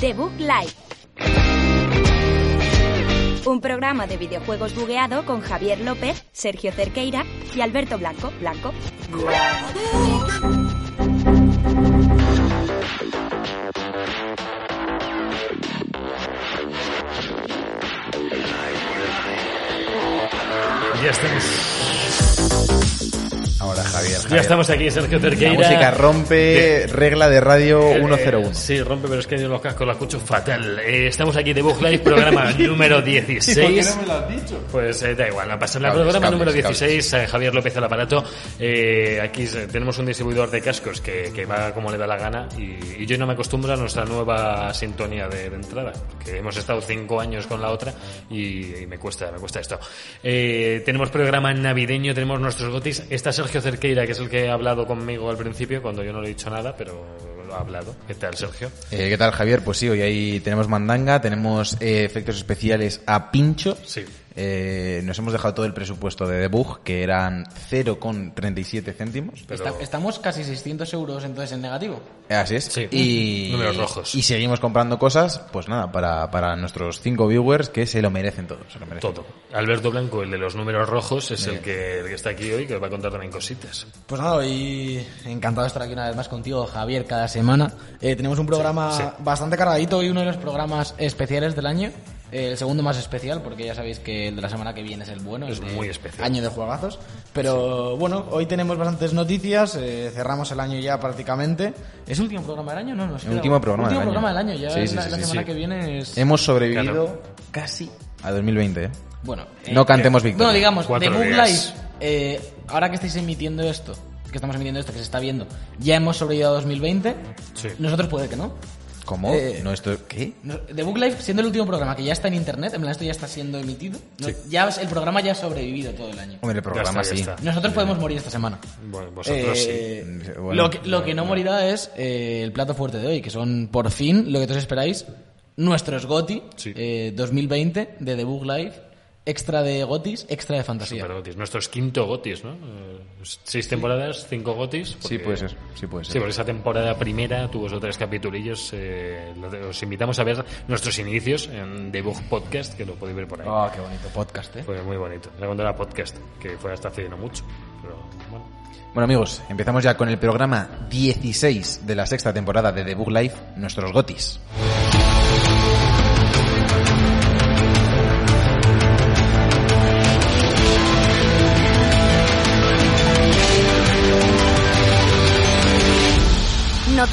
The Book Live. Un programa de videojuegos bugueado con Javier López, Sergio Cerqueira y Alberto Blanco. Blanco. Ya estamos. Ahora, Javier. Ya Javier. estamos aquí, Sergio La Cerqueira. música rompe regla de radio Eh, 101. Sí, rompe, pero es que yo los cascos la escucho fatal. Eh, estamos aquí de Bug Live, programa número 16. me lo has dicho? Pues eh, da igual, la pasada. Cables, programa cables, número 16, eh, Javier López al aparato. Eh, aquí se- tenemos un distribuidor de cascos que, que va como le da la gana y, y yo no me acostumbro a nuestra nueva sintonía de, de entrada, que hemos estado cinco años con la otra y, y me cuesta, me cuesta esto. Eh, tenemos programa navideño, tenemos nuestros gotis. Está Sergio Cerqueira, que es el que ha hablado conmigo al principio, cuando yo no le he dicho nada, pero lo ha hablado. ¿Qué tal, Sergio? Eh, ¿Qué tal, Javier? Pues sí, hoy ahí tenemos mandanga, tenemos eh, efectos especiales a pincho. Sí. Eh, nos hemos dejado todo el presupuesto de debug, que eran 0,37 céntimos. Pero- Está- estamos casi 600 euros entonces en negativo. Así es. Sí. Y, Números rojos. Y seguimos comprando cosas, pues nada, para, para nuestros cinco viewers que se lo merecen todos. Se lo merecen. Todo. Alberto Blanco, el de los números rojos, es el que, el que está aquí hoy, que os va a contar también cositas. Pues nada, y encantado de estar aquí una vez más contigo, Javier, cada semana. Eh, tenemos un programa sí. bastante cargadito y uno de los programas especiales del año. Eh, el segundo más especial, porque ya sabéis que el de la semana que viene es el bueno. Es el de muy especial. Año de juegazos. Pero bueno, hoy tenemos bastantes noticias. eh, cerramos el año ya prácticamente. ¿Es el último programa del año? No, no El último programa del año. programa del año. Ya Sí, sí, la, sí, la sí, semana sí. que viene es. Em- Hemos sobrevivido Claro. casi a 2020. ¿eh? Bueno, No cantemos victoria. Bueno, digamos, de Cuatro Book días. Live, eh, ahora que estáis emitiendo esto, que estamos emitiendo esto, que se está viendo, ya hemos sobrevivido a 2020. Sí. Nosotros puede que no. ¿Cómo? Eh, no, esto, ¿Qué? No- The Book Live, siendo el último programa que ya está en internet, en plan, esto ya está siendo emitido. no- ya es- el programa ya ha sobrevivido todo el año. Hombre, el programa está, ya sí. está. Nosotros podemos morir esta semana. Bueno, vosotros Eh, sí. Bueno, lo, que, lo que no morirá es eh, el plato fuerte de hoy, que son por fin lo que todos esperáis, nuestros GOTI Sí. eh, 2020 de The Book Live, extra de GOTIs, extra de sí. fantasía. Super gotis. Nuestro es quinto gotis, ¿no? Eh, Seis temporadas, cinco gotis. Sí, porque- puede ser. Sí, puede ser. Sí, porque esa temporada primera tuvo esos tres capitulillos. eh, lo de- os invitamos a ver nuestros inicios en The Bug Podcast, que lo podéis ver por ahí. Ah, qué bonito podcast, ¿eh? Fue muy bonito. Era cuando era podcast, que fue hasta hace no mucho. Pero bueno. Bueno amigos, empezamos ya con el programa 16 de la sexta temporada de The Book Life, nuestros gotis.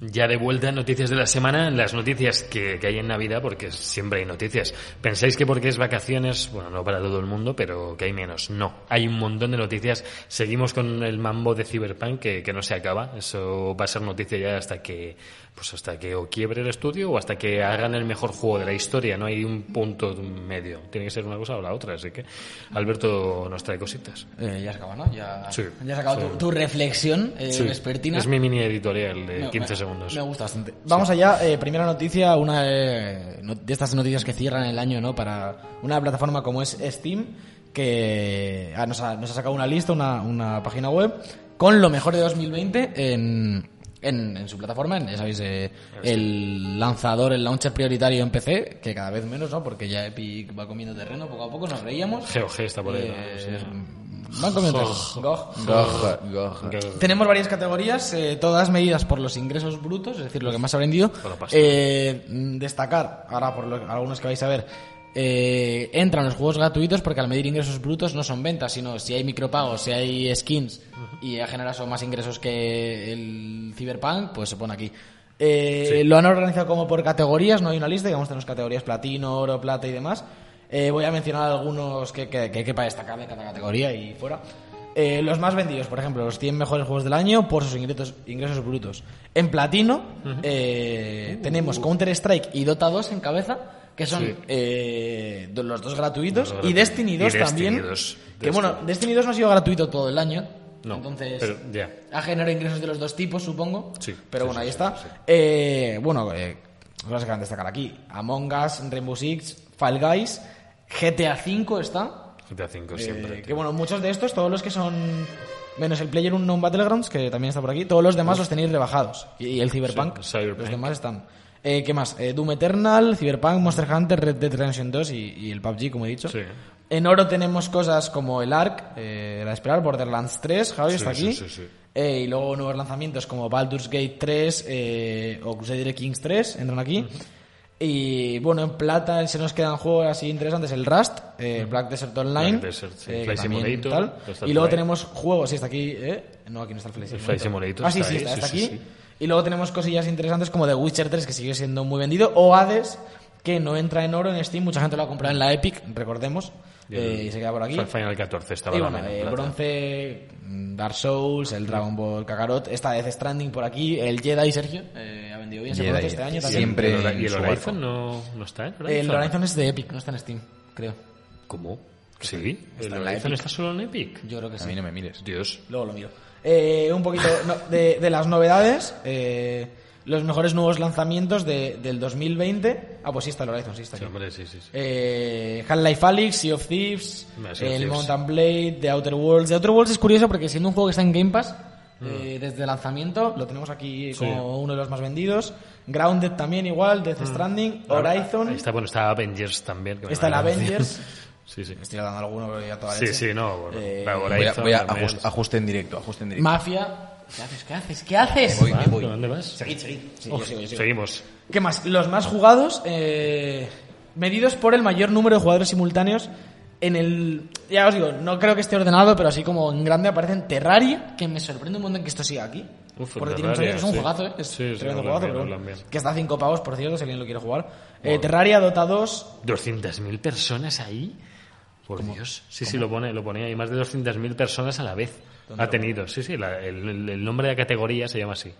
Ya de vuelta, noticias de la semana, las noticias que, que hay en Navidad, porque siempre hay noticias. ¿Pensáis que porque es vacaciones, bueno, no para todo el mundo, pero que hay menos? No, hay un montón de noticias. Seguimos con el mambo de Cyberpunk que, que no se acaba. Eso va a ser noticia ya hasta que, pues hasta que o quiebre el estudio o hasta que hagan el mejor juego de la historia. No hay un punto medio. Tiene que ser una cosa o la otra. Así que Alberto nos trae cositas. Eh, ya se acaba, ¿no? Ya, Sí. ya se acaba Sí. tu, tu reflexión eh, Sí. vespertina. Es mi mini editorial de Me- 15 me- segundos. Me gusta bastante. Vamos allá, eh, primera noticia, una eh, no- de estas noticias que cierran el año, ¿no? Para una plataforma como es Steam, que ah, nos, ha, nos ha sacado una lista, una, una página web, con lo mejor de 2020 en, en, en su plataforma, en, ya sabéis, eh, Ah, el lanzador, el launcher prioritario en PC, que cada vez menos, ¿no? Porque ya Epic va comiendo terreno, poco a poco nos reíamos. GOG está por ahí. ¿no? Eh, Sí. van comiendo Goj. terreno. Goj. Goja, goja. GOG. Tenemos varias categorías, eh, todas medidas por los ingresos brutos, es decir, lo que más ha vendido. la pasta. Eh, mm, destacar, ahora por lo- algunos que vais a ver, eh, entran los juegos gratuitos porque al medir ingresos brutos no son ventas, sino si hay micropagos, si hay skins y ha generado más ingresos que el Cyberpunk, pues se pone aquí. Eh, Lo han organizado como por categorías, no hay una lista, digamos, tenemos categorías platino, oro, plata y demás. Eh, voy a mencionar algunos que, que, que quepa destacar de cada categoría y fuera. Eh, los más vendidos, por ejemplo, los 100 mejores juegos del año por sus ingresos, ingresos brutos. En platino eh, tenemos Counter-Strike y Dota 2 en cabeza, que son Uh. Sí. eh, do- los dos gratuitos. Los y gratuitos. Destiny Y 2 Destiny también. 2. Que bueno, Destiny. Destiny 2 no ha sido gratuito todo el año. No, entonces pero ya. ha generado ingresos de los dos tipos, supongo. Sí, Pero sí, sí, bueno, ahí sí, está. sí. Eh, bueno, eh, cosas que van a destacar aquí. Among Us, Rainbow Six, Fall Guys, GTA V está. GTA V Eh, siempre. que tío. bueno, muchos de estos, todos los que son. Menos el Player Unknown Battlegrounds, que también está por aquí, todos los demás los tenéis rebajados. Y, y el Cyberpunk, Sí, Cyberpunk. los demás están. Eh, ¿Qué más? Eh, Doom Eternal, Cyberpunk, Monster Hunter, Red Dead Redemption 2 y, y el PUBG, como he dicho. Sí. En oro tenemos cosas como el ARK, eh, la esperar, Borderlands 3, Javi Sí, está sí, aquí. sí, sí. Eh, y luego nuevos lanzamientos como Baldur's Gate 3 eh, o Crusader Kings 3 entran aquí. Y bueno, en plata se nos quedan juegos así interesantes: el Rust, eh, Black Desert Online, eh, Black Desert, sí, que Flight también Simulator, tal. todo está Y luego por ahí. tenemos juegos, sí, está aquí, ¿eh? No, aquí no está el Flight El Simulator. Flight Simulator ah, sí, está sí, ahí, está, sí, está aquí. sí, sí. Y luego tenemos cosillas interesantes como The Witcher 3, que sigue siendo muy vendido, o Hades, que no entra en oro en Steam, mucha gente lo ha comprado en la Epic, recordemos, eh, Y y, el- se queda por aquí. Final 14 estaba Y bueno, también en eh, plata. bronce, mm, Dark Souls, el Dragon Ball Kakarot, esta Death Stranding por aquí, el Jedi Sergio, eh, ha vendido bien ese Jedi, producto este año también. siempre ¿Y el, en su Horizon no, no está en El Horizon es de Epic, no está en Steam, creo. ¿Cómo? Sí, el en la Horizon Epic. está solo en Epic. Yo creo que A mí sí. no me mires. Dios. Luego lo miro. Eh, un poquito no, de, de las novedades, eh, los mejores nuevos lanzamientos de- del 2020. Ah, pues sí está el Horizon, sí está Sí, aquí. hombre, sí, sí. sí. Eh, Half-Life Alyx, Sea of Thieves, Mira, Sea of el Thieves. Mountain Blade, The Outer Worlds. The Outer Worlds es curioso porque siendo un juego que está en Game Pass Mm. eh, desde el lanzamiento, lo tenemos aquí como uno de los más vendidos. Grounded también igual, Death Stranding, Horizon, Mm. Ahí está, bueno, está Avengers también. que me está el van a decir. Avengers. Sí, sí. Estoy dando alguno, pero ya toda Sí, leche. sí, no. Bueno, Eh, la Voy a, Horizon voy a también. ajust- ajuste en directo, ajuste en directo. Mafia. ¿Qué haces? ¿Qué haces? ¿Qué haces? Voy, Ah, me voy. ¿Dónde vas? Seguid, seguid. Sí, yo sigo, yo sigo. Seguimos. ¿Qué más? Los más jugados, eh, medidos por el mayor número de jugadores simultáneos en el... Ya os digo, no creo que esté ordenado, pero así como en grande aparecen Terraria, que me sorprende un montón que esto siga aquí. Uf, el porque tiene muchos Terraria, años, es un sí. juegazo, ¿eh? Es Sí, sí, tremendo hablan juegazo, bien, pero hablan bueno, bien. que está a 5 pavos, por cierto, si alguien lo quiere jugar. Eh, Terraria, Dota 2... 200.000 personas ahí. Por Dios. Sí, sí, lo pone, lo ponía ahí. Más de 200.000 personas a la vez ha tenido. Sí, sí, la- el, el- el nombre de la categoría se llama así.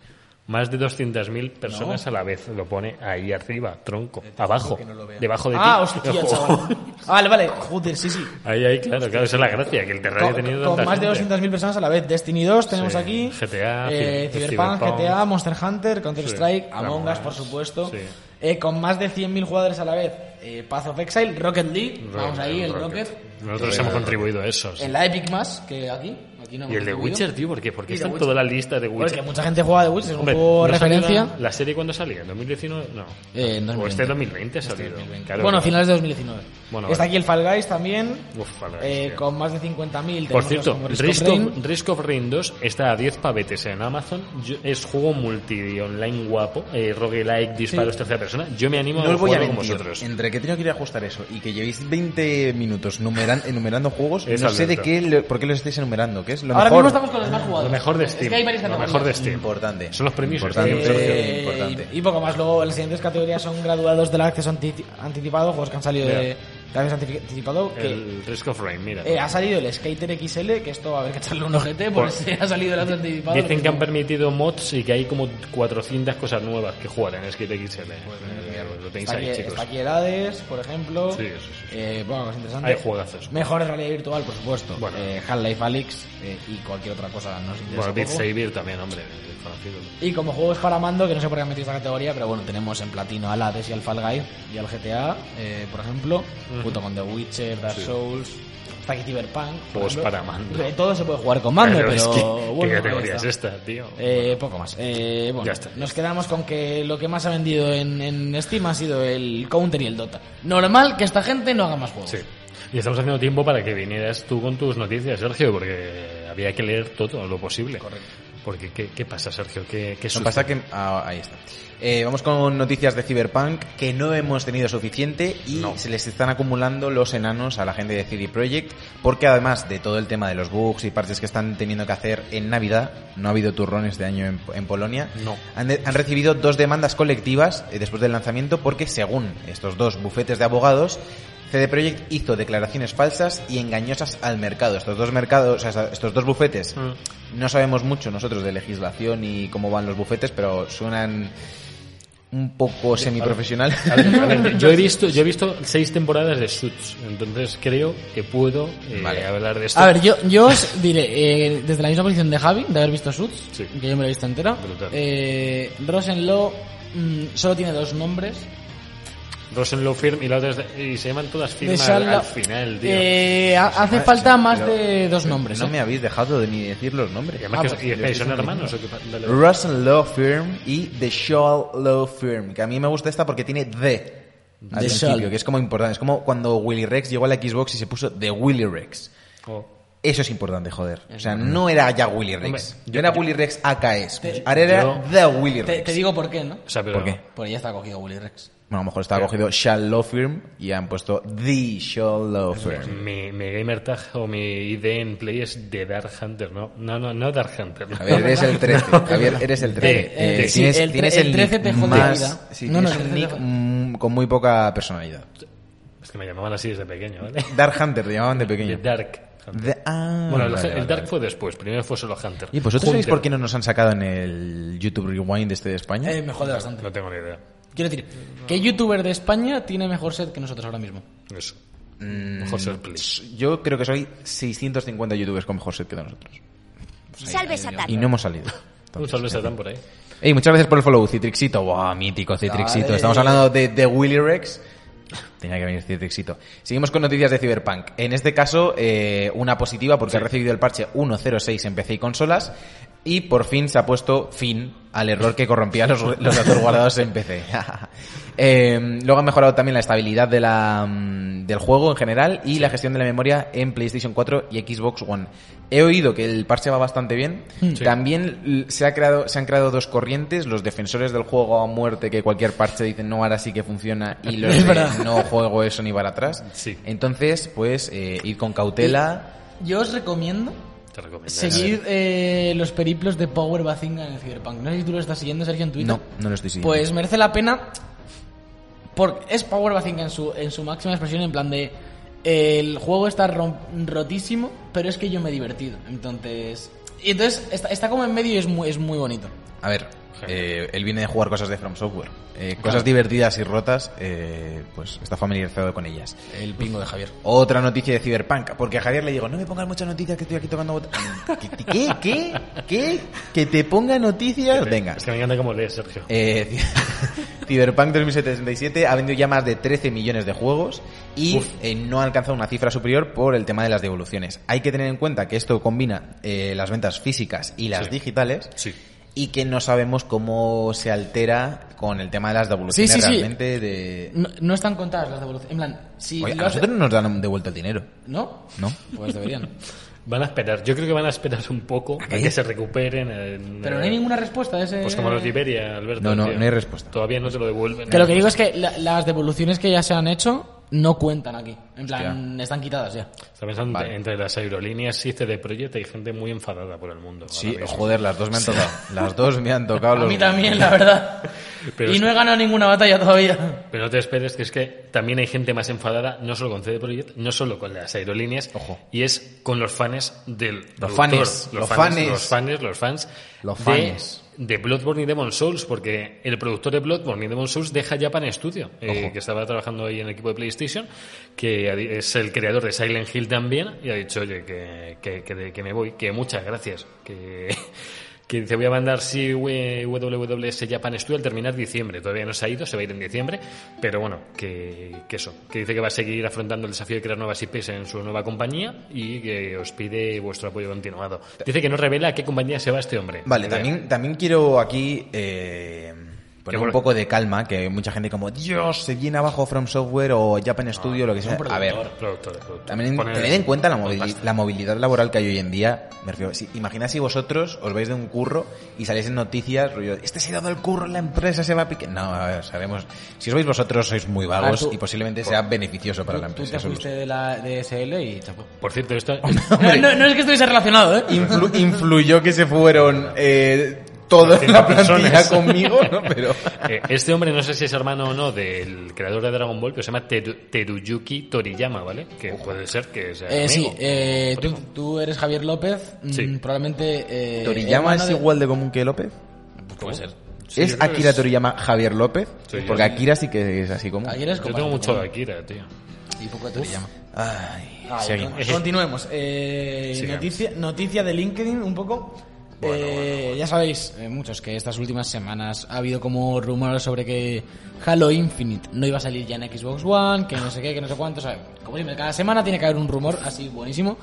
Más de 200.000 personas a la vez. Lo pone ahí arriba, tronco, abajo, debajo de Ah, ti. hostia, Ojo. chaval. Ah, Vale, vale, joder, sí, sí. Ahí, ahí, claro, claro, esa es la gracia, que el Terraria Con, ha tenido con tanta más de gente. 200.000 personas a la vez. Destiny 2 tenemos Sí, aquí. GTA, eh, Cyber- Cyberpunk, Cyberpunk. GTA, Monster Hunter, Counter Sí, Strike, Among Among Us, Us, por supuesto. sí. Eh, con más de 100.000 jugadores a la vez. eh, Path of Exile, Rocket League. vamos ahí, el Rocket. Nosotros hemos contribuido a eso. sí. En la Epic más que aquí. aquí no Y hemos el de incluido. Witcher, tío, ¿por qué? Porque Y The están Witcher. toda la lista de Porque Witcher. mucha gente juega de Witcher, es un Hombre, juego ¿no referencia. salió ¿La, la serie cuándo salía? ¿En 2019? No. Eh, en O 2020. este 2020 ha salido. Claro, bueno, a claro. finales de 2019. Bueno, Está vale. aquí el Fall Guys también. Uf, Fall Guys, eh, tío. con más de 50.000. Por tenemos cierto, como Risk of Risk of, Rain. Risk of Rain 2 está a 10 pavetes en Amazon. Yo- es juego multi online guapo, eh, roguelike, disparos tercera persona. Yo me animo No a os voy a jugarlo con mentir. vosotros. Entre que he tenido que ir a ajustar eso y que llevéis 20 minutos numeran- enumerando juegos, Es no sé de Alberto. qué, lo- por qué los estáis enumerando, que es lo Ahora mejor. mismo estamos con los más jugados. Lo mejor de Es que Steam. hay varias lo categorías. mejor de Steam. Importante. Son los premios. Importante. Steam, Sergio. Eh, importante. Y, y poco más. Luego, las siguientes categorías son graduados del acceso anti- anticipado, juegos que han salido Mira. de, de acceso anti- anticipado. Que, El Risk of Rain, mira. eh, ha salido el Skater XL, que esto va a haber que echarle un ojete, Por- porque se pues, ha salido el acceso anticipado. Pues, Dicen que han permitido mods y que hay como 400 cosas nuevas que jugar en Skate XL. Eh, lo tenéis Está aquí, ahí, está chicos. aquí el Hades, por ejemplo. Sí, eso, sí, sí. Eh, bueno, es interesante. Hay juegazos. Mejor en realidad virtual, por supuesto. Bueno. Eh, Half-Life Alyx eh, y cualquier otra cosa nos interesa. Bueno, Beat poco. Saber también, hombre. desconocido. Y como juegos para mando, que no sé por qué han metido esta categoría, pero bueno, tenemos en platino al Hades y al Fall Guys y al GTA, eh, por ejemplo, junto con The Witcher, Dark Souls, está aquí Cyberpunk. por Juegos ejemplo. para mando. Eh, todo se puede jugar con mando, Claro, pero es que- bueno, ¿Qué ahí categoría es está. esta, tío? Eh, poco más. Eh, bueno, Ya está. Nos quedamos con que lo que más ha vendido en, en Steam ha sido el Counter y el Dota. Normal que esta gente no haga más juegos. Sí. Y estamos haciendo tiempo para que vinieras tú con tus noticias, Sergio, porque había que leer todo lo posible. Correcto. Porque, ¿qué, qué pasa, Sergio? ¿Qué, qué Lo que sucede? pasa que... ah, ahí está. Eh, vamos con noticias de Cyberpunk que no hemos tenido suficiente y No. se les están acumulando los enanos a la gente de CD Projekt porque además de todo el tema de los bugs y partes que están teniendo que hacer en Navidad, no ha habido turrones de año en, en Polonia, No. han, de- han recibido dos demandas colectivas eh, después del lanzamiento porque según estos dos bufetes de abogados CD Projekt hizo declaraciones falsas y engañosas al mercado. Estos dos mercados, o sea, estos dos bufetes Mm. no sabemos mucho nosotros de legislación y cómo van los bufetes, pero suenan un poco semiprofesional. A ver, a ver, yo he visto, yo he visto seis temporadas de Suits, entonces creo que puedo eh, Vale. hablar de esto. A ver, yo, yo os diré, eh, desde la misma posición de Javi, de haber visto Suits, Sí. que yo me lo he visto entera, Brutal. eh, Rosenlo mm, solo tiene dos nombres. Dos en Low Firm y la otra es de- y se llaman todas firmas Esa al, la- al final, tío. Eh, ha- hace Ah, falta sí, más pero- de dos pero nombres. No ¿eh? me habéis dejado de ni decir los nombres. Y además ah, que- pues, y, yo espera, ¿y son pienso que hermanos o qué pa- dale, dale. Russell Law Firm y The Shaw Law Firm. Que a mí me gusta esta porque tiene The. Al The principio, Shaw. que es como importante. Es como cuando Willy Rex llegó a la Xbox y se puso The Willy Rex. Oh. Eso es importante, joder. O sea, no era ya Willy Rex. Hombre, yo era Willy Rex AKS. Te- Ahora era yo- The Willy Te, Rex. te digo por qué, ¿no? O sea, pero ¿Por qué? Porque ya está cogido Willy Rex. Bueno, a lo mejor estaba cogido Shall Law Firm y han puesto The Shall Law Firm. Mi, mi gamer tag o mi ID en play es de Dark Hunter, no, no, no, no Dark Hunter. A ver, eres el 13. Javier, eres el 13. Eh, eh, sí, tienes, el tre- tienes el nick 13 te jode más- la vida. sí, No, no, tienes el un 13 nick te jode. mm, con muy poca personalidad. Es que me llamaban así desde pequeño, ¿vale? Dark Hunter te llamaban de De pequeño. Dark Hunter. The- ah, Bueno, el, vale, el vale, Dark vale. fue después, primero fue solo Hunter. ¿Y vosotros sabéis Hunter. por qué no nos han sacado en el YouTube Rewind este de España? Eh, me jode bastante. No tengo ni idea. Quiero decir, ¿qué youtuber de España tiene mejor set que nosotros ahora mismo? Eso. Mejor ser play. Mm, Yo creo que soy 650 youtubers con mejor set que nosotros. Salve Satán. Y no hemos salido. Un salve Satán por ahí. Ey, muchas gracias por el follow, Citrixito. Buah, mítico Citrixito. Dale. Estamos hablando de, de Willy Rex. Tenía que venir Citrixito. Seguimos con noticias de Cyberpunk. En este caso, eh, una positiva porque ha recibido el parche 1.06 en PC y consolas. Y por fin se ha puesto fin al error que corrompía los, los datos guardados en PC. Eh, luego ha mejorado también la estabilidad de la, mm, del juego en general y la gestión de la memoria en PlayStation 4 y Xbox One. He oído que el parche va bastante bien. Hmm. Sí. También también l- se, ha creado, se han creado dos corrientes, los defensores del juego a muerte que cualquier parche dicen no, ahora sí que funciona y los Es de, verdad. no juego eso ni para atrás. Sí. Entonces, pues eh, ir con cautela. Yo os recomiendo Te recomiendo. seguir eh, los periplos de Power Bazinga en el Cyberpunk. No sé si tú lo estás siguiendo, Sergio, en Twitter. No, no lo estoy siguiendo. Pues merece la pena. Porque es Power Bazinga en su, en su máxima expresión, en plan de. eh, El juego está rom- rotísimo, pero es que yo me he divertido. Entonces. Y entonces está, está como en medio y es muy, es muy bonito. A ver, Sí. eh, él viene de jugar cosas de From Software. Eh, Cosas divertidas y rotas, eh, pues está familiarizado con ellas. El pingo de Javier. Otra noticia de Cyberpunk, porque a Javier le digo, no me pongas mucha noticia que estoy aquí tocando bot- ¿Qué? ¿Qué? ¿Qué? ¿Qué? ¿Que te ponga noticias? Venga. Es que me encanta cómo lees, Sergio. Eh, Cy- Cyberpunk 2077 ha vendido ya más de 13 millones de juegos y Uf. eh, no ha alcanzado una cifra superior por el tema de las devoluciones. Hay que tener en cuenta que esto combina eh, las ventas físicas y las Sí. digitales Sí. y que no sabemos cómo se altera con el tema de las devoluciones Sí, sí, sí. realmente de... No, no están contadas las devoluciones. En plan, si Oye, a lo hace- nosotros no nos dan devuelta el dinero, ¿No? ¿no? Pues deberían. Van a esperar. Yo creo que van a esperar un poco a ¿Eh? que se recuperen. en- eh, Pero no hay ninguna respuesta de ese. Pues como los Liberia, Alberto. No, no, tío. no hay respuesta. Todavía no pues- te lo devuelven. Que lo que digo es que la- las devoluciones que ya se han hecho no cuentan aquí. En plan, Hostia. están quitadas ya. Está pensando Vale. entre las aerolíneas y CD Projekt hay gente muy enfadada por el mundo. Sí, ahora mismo. joder, las dos me han tocado. Las dos me han tocado. A los- mí también, la verdad. Pero y es- no he ganado ninguna batalla todavía. Pero no te esperes que es que también hay gente más enfadada, no solo con CD Projekt, no solo con las aerolíneas, Ojo. y es con los fans del productor, fanes, los, los fans, fanes. los fans, los fans, Los de- fanes. De, Bloodborne y Demon Souls, porque el productor de Bloodborne y Demon Souls deja Japan Studio, eh, que estaba trabajando ahí en el equipo de PlayStation, que ha di- es el creador de Silent Hill también, y ha dicho, oye, que, que, que- que me voy, que muchas gracias, que... Que dice, voy a mandar sí WWS Japan Studio al terminar diciembre. Todavía no se ha ido, se va a ir en diciembre. Pero bueno, que, que eso. Que dice que va a seguir afrontando el desafío de crear nuevas IPs en su nueva compañía y que os pide vuestro apoyo continuado. Dice que no revela a qué compañía se va este hombre. Vale, Dice, también, también quiero aquí eh, Que poner por- un poco de calma, que hay mucha gente como, Dios, se viene abajo From Software o Japan Studio, lo que sea. Eh, A ver, Productor, productor. también Poner- tened en cuenta la, movili- la movilidad laboral que hay hoy en día. Me refiero, si, imagina si vosotros os vais de un curro y saléis en noticias, rollo, este se ha dado el curro, la empresa se va a pique. No, a ver, sabemos. Si os vais vosotros, sois muy vagos Ah, tú- y posiblemente sea beneficioso para la Tú- tú empresa. te eso lo fuiste de la DSL y chapó. Por cierto, esto. No, no, no es que estuviese relacionado, ¿eh? Influ- influyó que se fueron eh, toda la plantilla personas. conmigo, ¿no? Pero... Eh, este hombre, no sé si es hermano o no del creador de Dragon Ball, pero se llama Teru- Teruyuki Toriyama, ¿vale? Que puede ser que sea. Eh, sí, amigo. eh, tú, tú eres Javier López. mm, Sí. Probablemente. Eh, ¿Toriyama hermano es de- igual de común que López? Puede ser. Sí, ¿Es yo creo que Akira es- Toriyama Javier López? Sí, Porque yo- Akira sí que es así común. Ayer es Yo tengo comparado mucho con- de Akira, tío. Y poco de Toriyama. Ay, Ay, Ah, seguimos. no. Continuemos. Eh, Sigamos. noticia, noticia de LinkedIn, un poco. Bueno, Eh, bueno, bueno. Ya sabéis, eh, muchos, que estas últimas semanas ha habido como rumores sobre que Halo Infinite no iba a salir ya en Xbox One, que no sé qué, que no sé cuánto. o sea, Como siempre, cada semana tiene que haber un rumor así buenísimo.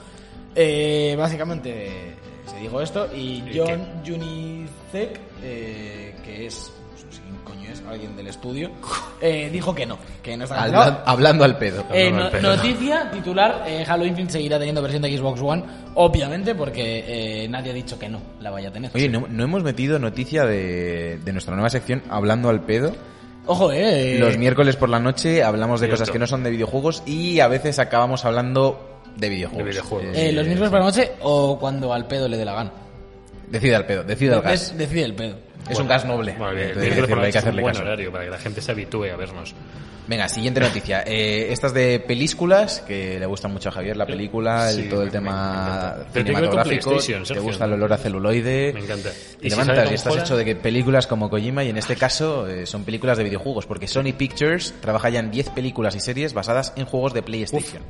Eh, básicamente eh, se dijo esto y ¿Y John Junicek, eh, que es, no sé quién coño es, alguien del estudio, eh, dijo que no, que Ah, no está cancelado. Habla- hablando al pedo. Eh, Cabrón, no- al pedo. noticia titular, eh, Halo Infinite seguirá teniendo versión de Xbox One, obviamente, porque eh, nadie ha dicho que no la vaya a tener. Oye, no, no hemos metido noticia de, de nuestra nueva sección hablando al pedo. Ojo, eh. Los miércoles por la noche hablamos de Cierto. cosas que no son de videojuegos y a veces acabamos hablando de videojuegos. De videojuegos. eh, los miércoles por la noche o cuando al pedo le dé la gana. Decide al pedo, decide al gas. Es- decide el pedo. Es un gas noble. Bueno, bien, Entonces, miércoles por la hay noche que es un hacerle buen caso. horario para que la gente se habitúe a vernos. Venga, siguiente noticia. Eh, esta es de películas, que le gusta mucho a Javier la película, el- Sí, todo el me- me tema encanta. Pero tiene que ver con cinematográfico. PlayStation, Te Sergio. gusta el olor a celuloide. Me encanta. Y, Y si levantas sale Tom y estás Holland- hecho de que películas como Kojima, y en este caso eh, son películas de videojuegos, porque Sony Pictures trabaja ya en 10 películas y series basadas en juegos de PlayStation.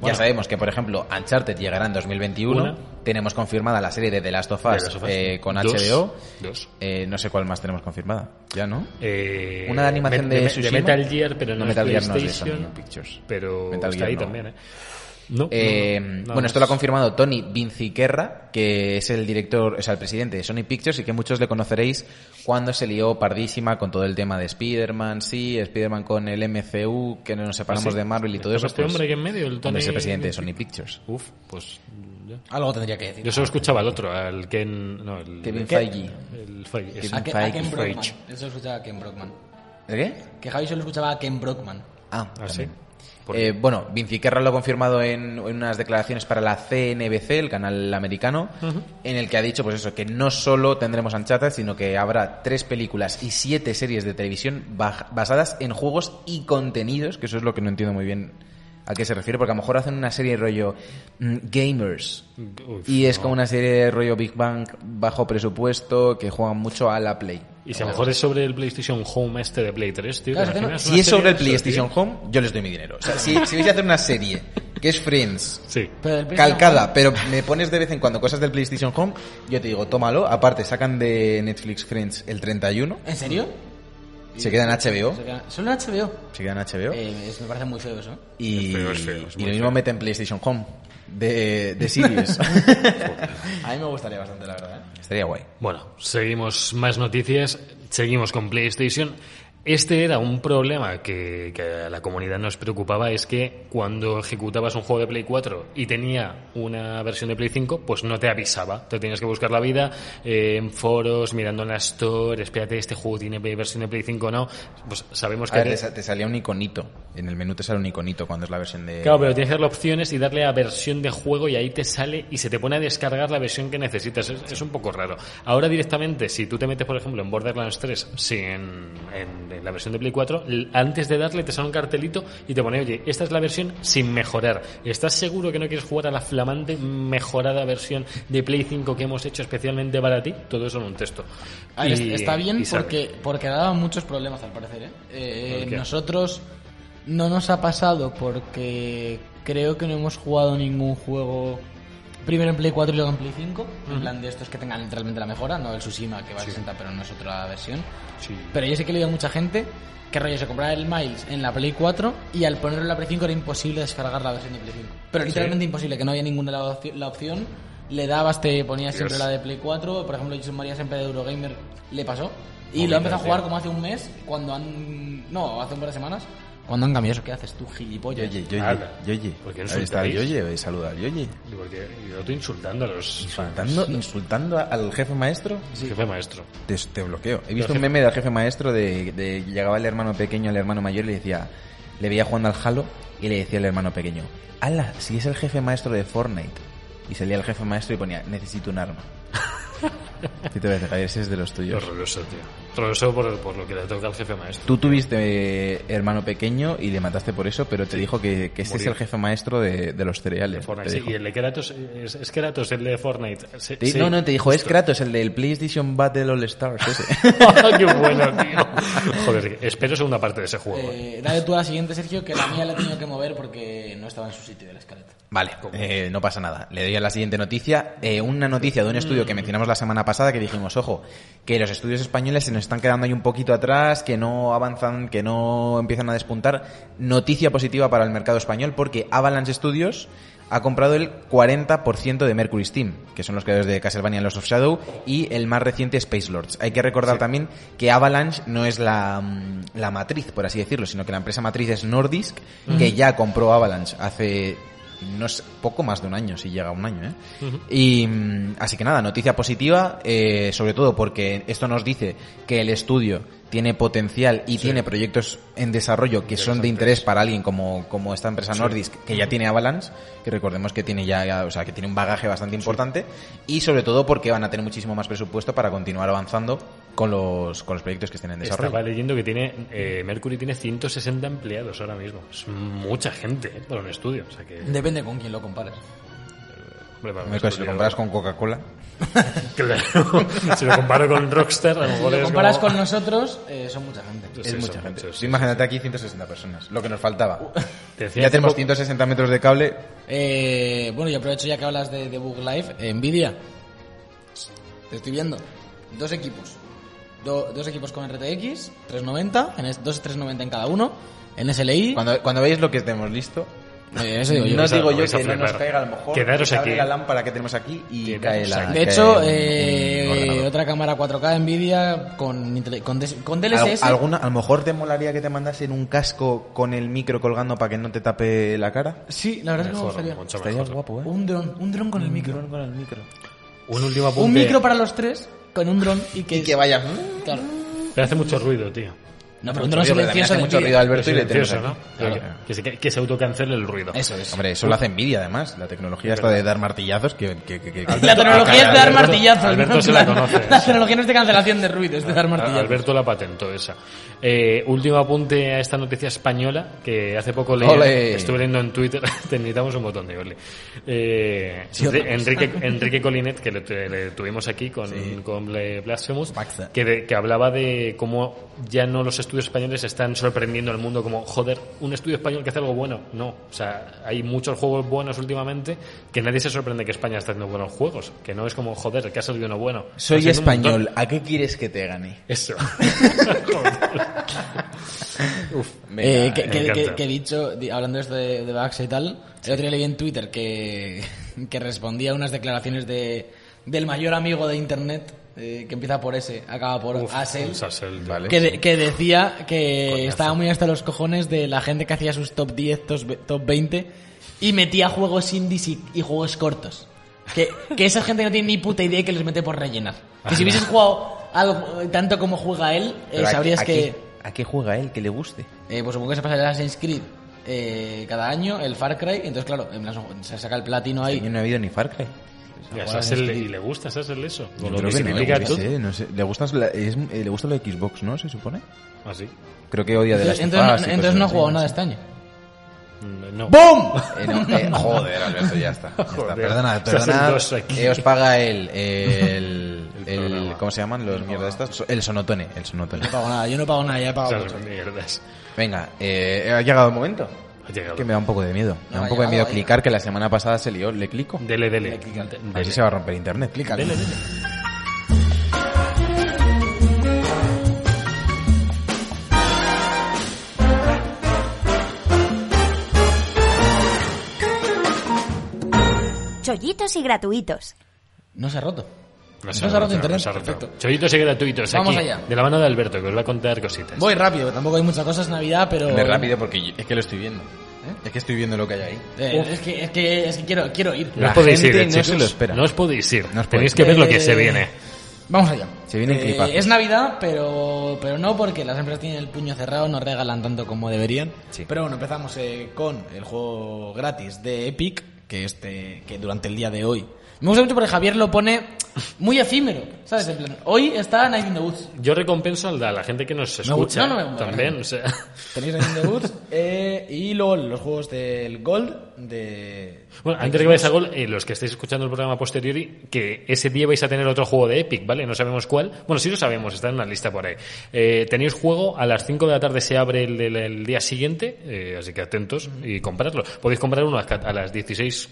Bueno. Ya sabemos que, por ejemplo, Uncharted llegará en 2021. Una. Tenemos confirmada la serie de The Last of Us, De las sofás. eh, con Dos, HBO. Dos. Eh, no sé cuál más tenemos confirmada. ¿Ya no? Eh, Una de animación me- de, me- Tsushima. Metal Gear, pero no, es Metal Gear no es de PlayStation, Sony Pictures. Pero Metal está Gear ahí no. también, ¿eh? No, no, Eh, no, nada bueno, más. esto lo ha confirmado Tony Vinciquerra, que es el director, o sea, el presidente de Sony Pictures y que muchos le conoceréis cuando se lió pardísima con todo el tema de Spider-Man, sí, Spider-Man con el MCU, que no nos separamos ¿Ah, sí? de Marvel y todo ¿Está eso. pues este hombre aquí en medio, el Tony- hombre, es el presidente de Sony Pictures. Uf, pues. ya. Algo tendría que decir. Yo solo escuchaba al otro, al Ken. No, el. Kevin Ken- Feige. El Feige. ese. Kevin- a, Ke- a Ken Feige. Brockman. Él solo escuchaba a Ken Brockman. ¿El qué? Que Javi solo escuchaba a Ken Brockman. Ah, Ah, sí. también. Por- Eh, bueno, Vinciquerra lo ha confirmado en, en unas declaraciones para la CNBC, el canal americano, en el que ha dicho, pues eso, que no solo tendremos Uncharted, sino que habrá tres películas y siete series de televisión baj- basadas en juegos y contenidos, que eso es lo que no entiendo muy bien a qué se refiere, porque a lo mejor hacen una serie rollo mm, gamers, Uf, y es no. como una serie rollo Big Bang bajo presupuesto, que juegan mucho a la Play. Y si a lo mejor es sobre el PlayStation Home este de Play 3, tío. ¿te Claro, es que no- imaginas Si una es sobre el serie de eso, PlayStation Home, yo les doy mi dinero. O sea, si, si vais a hacer una serie que es Friends, tío? Sí. Pero del PlayStation calcada, pero me pones de vez en cuando cosas del PlayStation Home, yo te digo, tómalo. Aparte, sacan de Netflix Friends el 31, One- ¿En serio? se queda en HBO, Se queda- Solo en HBO. se queda en HBO, Eh, es- me parece muy feo eso. y, es feo, es feo, es muy y lo feo. mismo meten PlayStation Home de, de series. A mí me gustaría bastante, la verdad. ¿eh? Estaría guay. Bueno, seguimos más noticias, seguimos con PlayStation. Este era un problema que, que a la comunidad nos preocupaba, es que cuando ejecutabas un juego de Play 4 y tenía una versión de Play 5, pues no te avisaba. Te tenías que buscar la vida eh, en foros, mirando en la Store, espérate, este juego tiene versión de Play 5 o no. Pues sabemos A que... ver, te, sa- te salía un iconito. En el menú te sale un iconito cuando es la versión de... Claro, pero tienes que darle opciones y darle a versión de juego y ahí te sale y se te pone a descargar la versión que necesitas. Es, es un poco raro. Ahora directamente, si tú te metes, por ejemplo, en Borderlands 3, sí, en, en- en la versión de Play 4, l- antes de darle te sale un cartelito y te pone, oye, esta es la versión sin mejorar. ¿Estás seguro que no quieres jugar a la flamante mejorada versión de Play 5 que hemos hecho especialmente para ti? Todo eso en un texto. Ah, Y- es- está bien y sale. porque, porque daba muchos problemas al parecer. ¿eh? Eh, ¿Por qué? nosotros no nos ha pasado porque creo que no hemos jugado ningún juego primero en Play 4 y luego en Play 5. En plan de estos que tengan literalmente la mejora, no el Tsushima que va a 60 pero no es otra versión. Sí. Pero yo sé que le dio a mucha gente que rollo se compraba el Miles en la Play 4 y al ponerlo en la Play 5 era imposible descargar la versión de Play 5. ¿Ah, Pero literalmente imposible, que no había ninguna la, opci- la opción. Le dabas, te ponías siempre Dios. la de Play 4. Por ejemplo, Jason María siempre de Eurogamer le pasó. Y Muy lo ha empezado a bien, jugar tío. como hace un mes, cuando han. No, hace un par de semanas. Cuando han cambiado eso, ¿qué haces tú, gilipollas? Eh, Yoye, yoye, Ala. yoye. ¿Por qué Ahí está el insultáis? Yoye, eh, saluda al Yoye. Porque yo estoy insultando a los fans. ¿Insultando, insultando a- al jefe maestro? Jefe maestro. Te, te bloqueo. He visto un meme del jefe maestro de, de- llegaba el hermano pequeño al hermano mayor y le decía, le veía jugando al Halo y le decía al hermano pequeño, ala, si es el jefe maestro de Fortnite. Y salía el jefe maestro y ponía, necesito un arma. Tito Pérez de Javier, ese es de los tuyos. Horroroso, tío. Horroroso por, por lo que le toca al jefe maestro. Tú tuviste eh, hermano pequeño y le mataste por eso, pero te dijo que, que este Morir. es el jefe maestro de, de los De cereales. Fortnite. te Sí, dijo. y el de Kratos, es, es Kratos, el de Fortnite. Sí, Te- sí. No, no, te dijo, es Kratos, el del PlayStation Battle All Stars. Ese. ¡Qué bueno, tío! Joder, espero segunda parte de ese juego. eh. Eh, dale tú a la siguiente, Sergio, que la mía la he tenido que mover porque no estaba en su sitio de la escaleta. Vale, eh, no pasa nada. Le doy a la siguiente noticia. Eh, una noticia de un estudio que mencionamos la semana pasada que dijimos, ojo, que los estudios españoles se nos están quedando ahí un poquito atrás, que no avanzan, que no empiezan a despuntar. Noticia positiva para el mercado español porque Avalanche Studios ha comprado el 40% de Mercury Steam, que son los creadores de Castlevania Lost of Shadow y el más reciente Space Lords. Hay que recordar también que Avalanche no es la, mm, la matriz, por así decirlo, sino que la empresa matriz es Nordisk, que ya compró Avalanche hace no sé, poco más de un año, si llega a un año, ¿eh? Y mm, así que nada, noticia positiva, eh, sobre todo porque esto nos dice que el estudio tiene potencial y tiene proyectos en desarrollo que son de interés para alguien como, como esta empresa Nordisk, que ya tiene Avalanche, que recordemos que tiene ya, ya, o sea, que tiene un bagaje bastante importante, y sobre todo porque van a tener muchísimo más presupuesto para continuar avanzando con los, con los proyectos que estén en desarrollo. Estaba leyendo que tiene eh, Mercury tiene 160 empleados ahora mismo. Es mucha gente eh, para un estudio. O sea que, Depende con quién lo compares. hombre, para un Me- Si lo estudio- comparas con Coca-Cola, Claro. si lo comparo con Rockstar, a lo Si mejor lo es comparas como- con nosotros, eh, son mucha gente. Sí, es son mucha gente. muchos, Tú Pues sí. imagínate aquí 160 personas, lo que nos faltaba. Te decía Ya hace tenemos poco- 160 metros de cable. Eh, bueno, y aprovecho ya que hablas de, de Bug Life. eh, Nvidia. Te estoy viendo. Dos equipos. Do- dos equipos con RTX, 390, en es- dos 390 en cada uno, en SLI. Cuando, cuando veis lo que tenemos listo, Eh, eso digo yo. no vais a- digo yo vais a que no nos flipar. caiga a lo mejor. Quedaros se abre aquí. ¿eh? la lámpara que tenemos aquí y Quedaros cae la. aquí. De cae hecho, el- eh, el ordenador. otra cámara 4K Nvidia con, intel- con, des- con DLSS. Al- alguna, a lo mejor te molaría que te mandasen un casco con el micro colgando para que no te tape la cara. Sí, la verdad Mejor, es que me gustaría. mucho Estaría mejor. guapo, ¿eh? Un dron, un dron con el micro. con el micro. Un último apunte. Un micro para los tres, con un dron y que... Y que vaya. Claro. Pero hace mucho ruido, tío. No, pero un Mucho dron ruido, le silencioso hace de mucho Nvidia. ruido a Alberto y le tenemos Pues Silencioso, ¿no? aquí. Pero Claro. Que, se, que se autocancele el ruido. Eso es. Hombre, eso lo hace envidia además. La tecnología está de dar martillazos que. que, que- que- La tecnología es de dar Alberto- martillazos. Alberto ¿no? se la conoce, La sí. tecnología no es de cancelación de ruido, es de dar A- martillazos. Alberto la patentó esa. Eh, último apunte a esta noticia española que hace poco leí, Ole. estuve leyendo en Twitter. Te necesitamos un botón de ole. Eh, Sí, Enri- otra cosa. Enrique, Enrique Colinet, que le, te- le tuvimos aquí con, con Bla- Blasphemous, Baxa. que, de- que hablaba de cómo ya no los estudios españoles están sorprendiendo al mundo como, joder, un estudio español que hace algo bueno. No, o sea, hay muchos juegos buenos últimamente que nadie se sorprende que España está haciendo buenos juegos, que no es como, joder, que ha salido uno bueno. Está Soy Pues siendo un montón. español, ¿a qué quieres que te gane? Eso. Eh, Venga, que, me que- encanta. que- que he dicho, di- hablando de esto de, de bugs y tal, el otro día leí en Twitter que, que respondía a unas declaraciones de, del mayor amigo de Internet, eh, que empieza por S, E acaba por Uf, Asel, un Sassel, tío. Vale. que, de- que decía que Coñazo. estaba muy hasta los cojones de la gente que hacía sus top 10, tos- top 20 y metía juegos indies y, y juegos cortos. Que, que esa gente no tiene ni puta idea y que les mete por rellenar. Que si hubieses jugado algo eh, tanto como juega él, eh, Pero a- sabrías a que... qué- ¿A qué juega él? Que le guste. Eh, pues supongo que se pasa el Assassin's Creed eh, cada año, el Far Cry, entonces claro, en plan, se saca el platino ahí. Yo no he habido ni Far Cry. Y a Jugar Sassel en le- Steam. y le gusta a Sassel eso. Yo Con lo creo que que no, significa yo qué todo. sé, no sé. Le, gustas la- es- eh, le gusta lo de Xbox, ¿no? Se supone. Así. Creo que odia de las Entonces, entonces sofás no- y entonces cosas no ha así, jugado no nada sé. este año. Mm, No. ¡Bum! Eh, no, eh, joder, Alberto, ya está. Ya está. Joder. Perdona, Se hacen perdona. dos aquí. Eh, os paga el, el, El el- programa. ¿Cómo se llaman los mierdas estas? El sonotone. El sonotone. No pago nada, yo no pago nada, ya he Ah, pagado Esas mucho. mierdas. Venga, eh, ha llegado el momento. Ha llegado. Que me da un poco de miedo. Me da No, un ha poco de llegado, miedo ha clicar, que la semana pasada se lió. Le clico. Dele, dele. A ver si se va a romper internet. Clica. Dele, dele. Chollitos y gratuitos. No se ha roto. No No se ha roto internet, se ha roto. perfecto. Chollitos y gratuitos Vamos aquí, allá. de la mano de Alberto, que os va a contar cositas. Voy rápido, tampoco hay muchas cosas, Navidad, pero... Ve rápido porque ¿Eh? yo- es que lo estoy viendo. Es que estoy viendo lo que hay ahí. Eh, es, que, es, que, es que quiero, quiero ir. No La os podéis ir, gente eh, no chicos. se lo espera. No os podéis ir. No os Tenéis podéis. que ver lo que se Eh, viene. Vamos allá. Eh, Se vienen clipazos. Es Navidad, pero, pero no porque las empresas tienen el puño cerrado, no regalan tanto como deberían. Sí. Pero bueno, empezamos eh, con el juego gratis de Epic, que este que durante el día de hoy. Me gusta mucho porque Javier lo pone muy efímero. ¿Sabes? En plan, hoy está Night in the Woods. Yo recompenso a la, a la gente que nos gusta- escucha no, no me- también, o sea. Tenéis Night in the Woods. eh, y luego los juegos del Gold, de. Bueno, de antes de que vayáis a Xbox. gol, eh, los que estáis escuchando el programa posteriori, que ese día vais a tener otro juego de Epic, ¿vale? No sabemos cuál. Bueno, sí lo sabemos, está en una lista por ahí. Eh, tenéis juego, a las 5 de la tarde se abre el, del- el día siguiente, eh, así que atentos y compradlo. Podéis comprar uno a ca- a las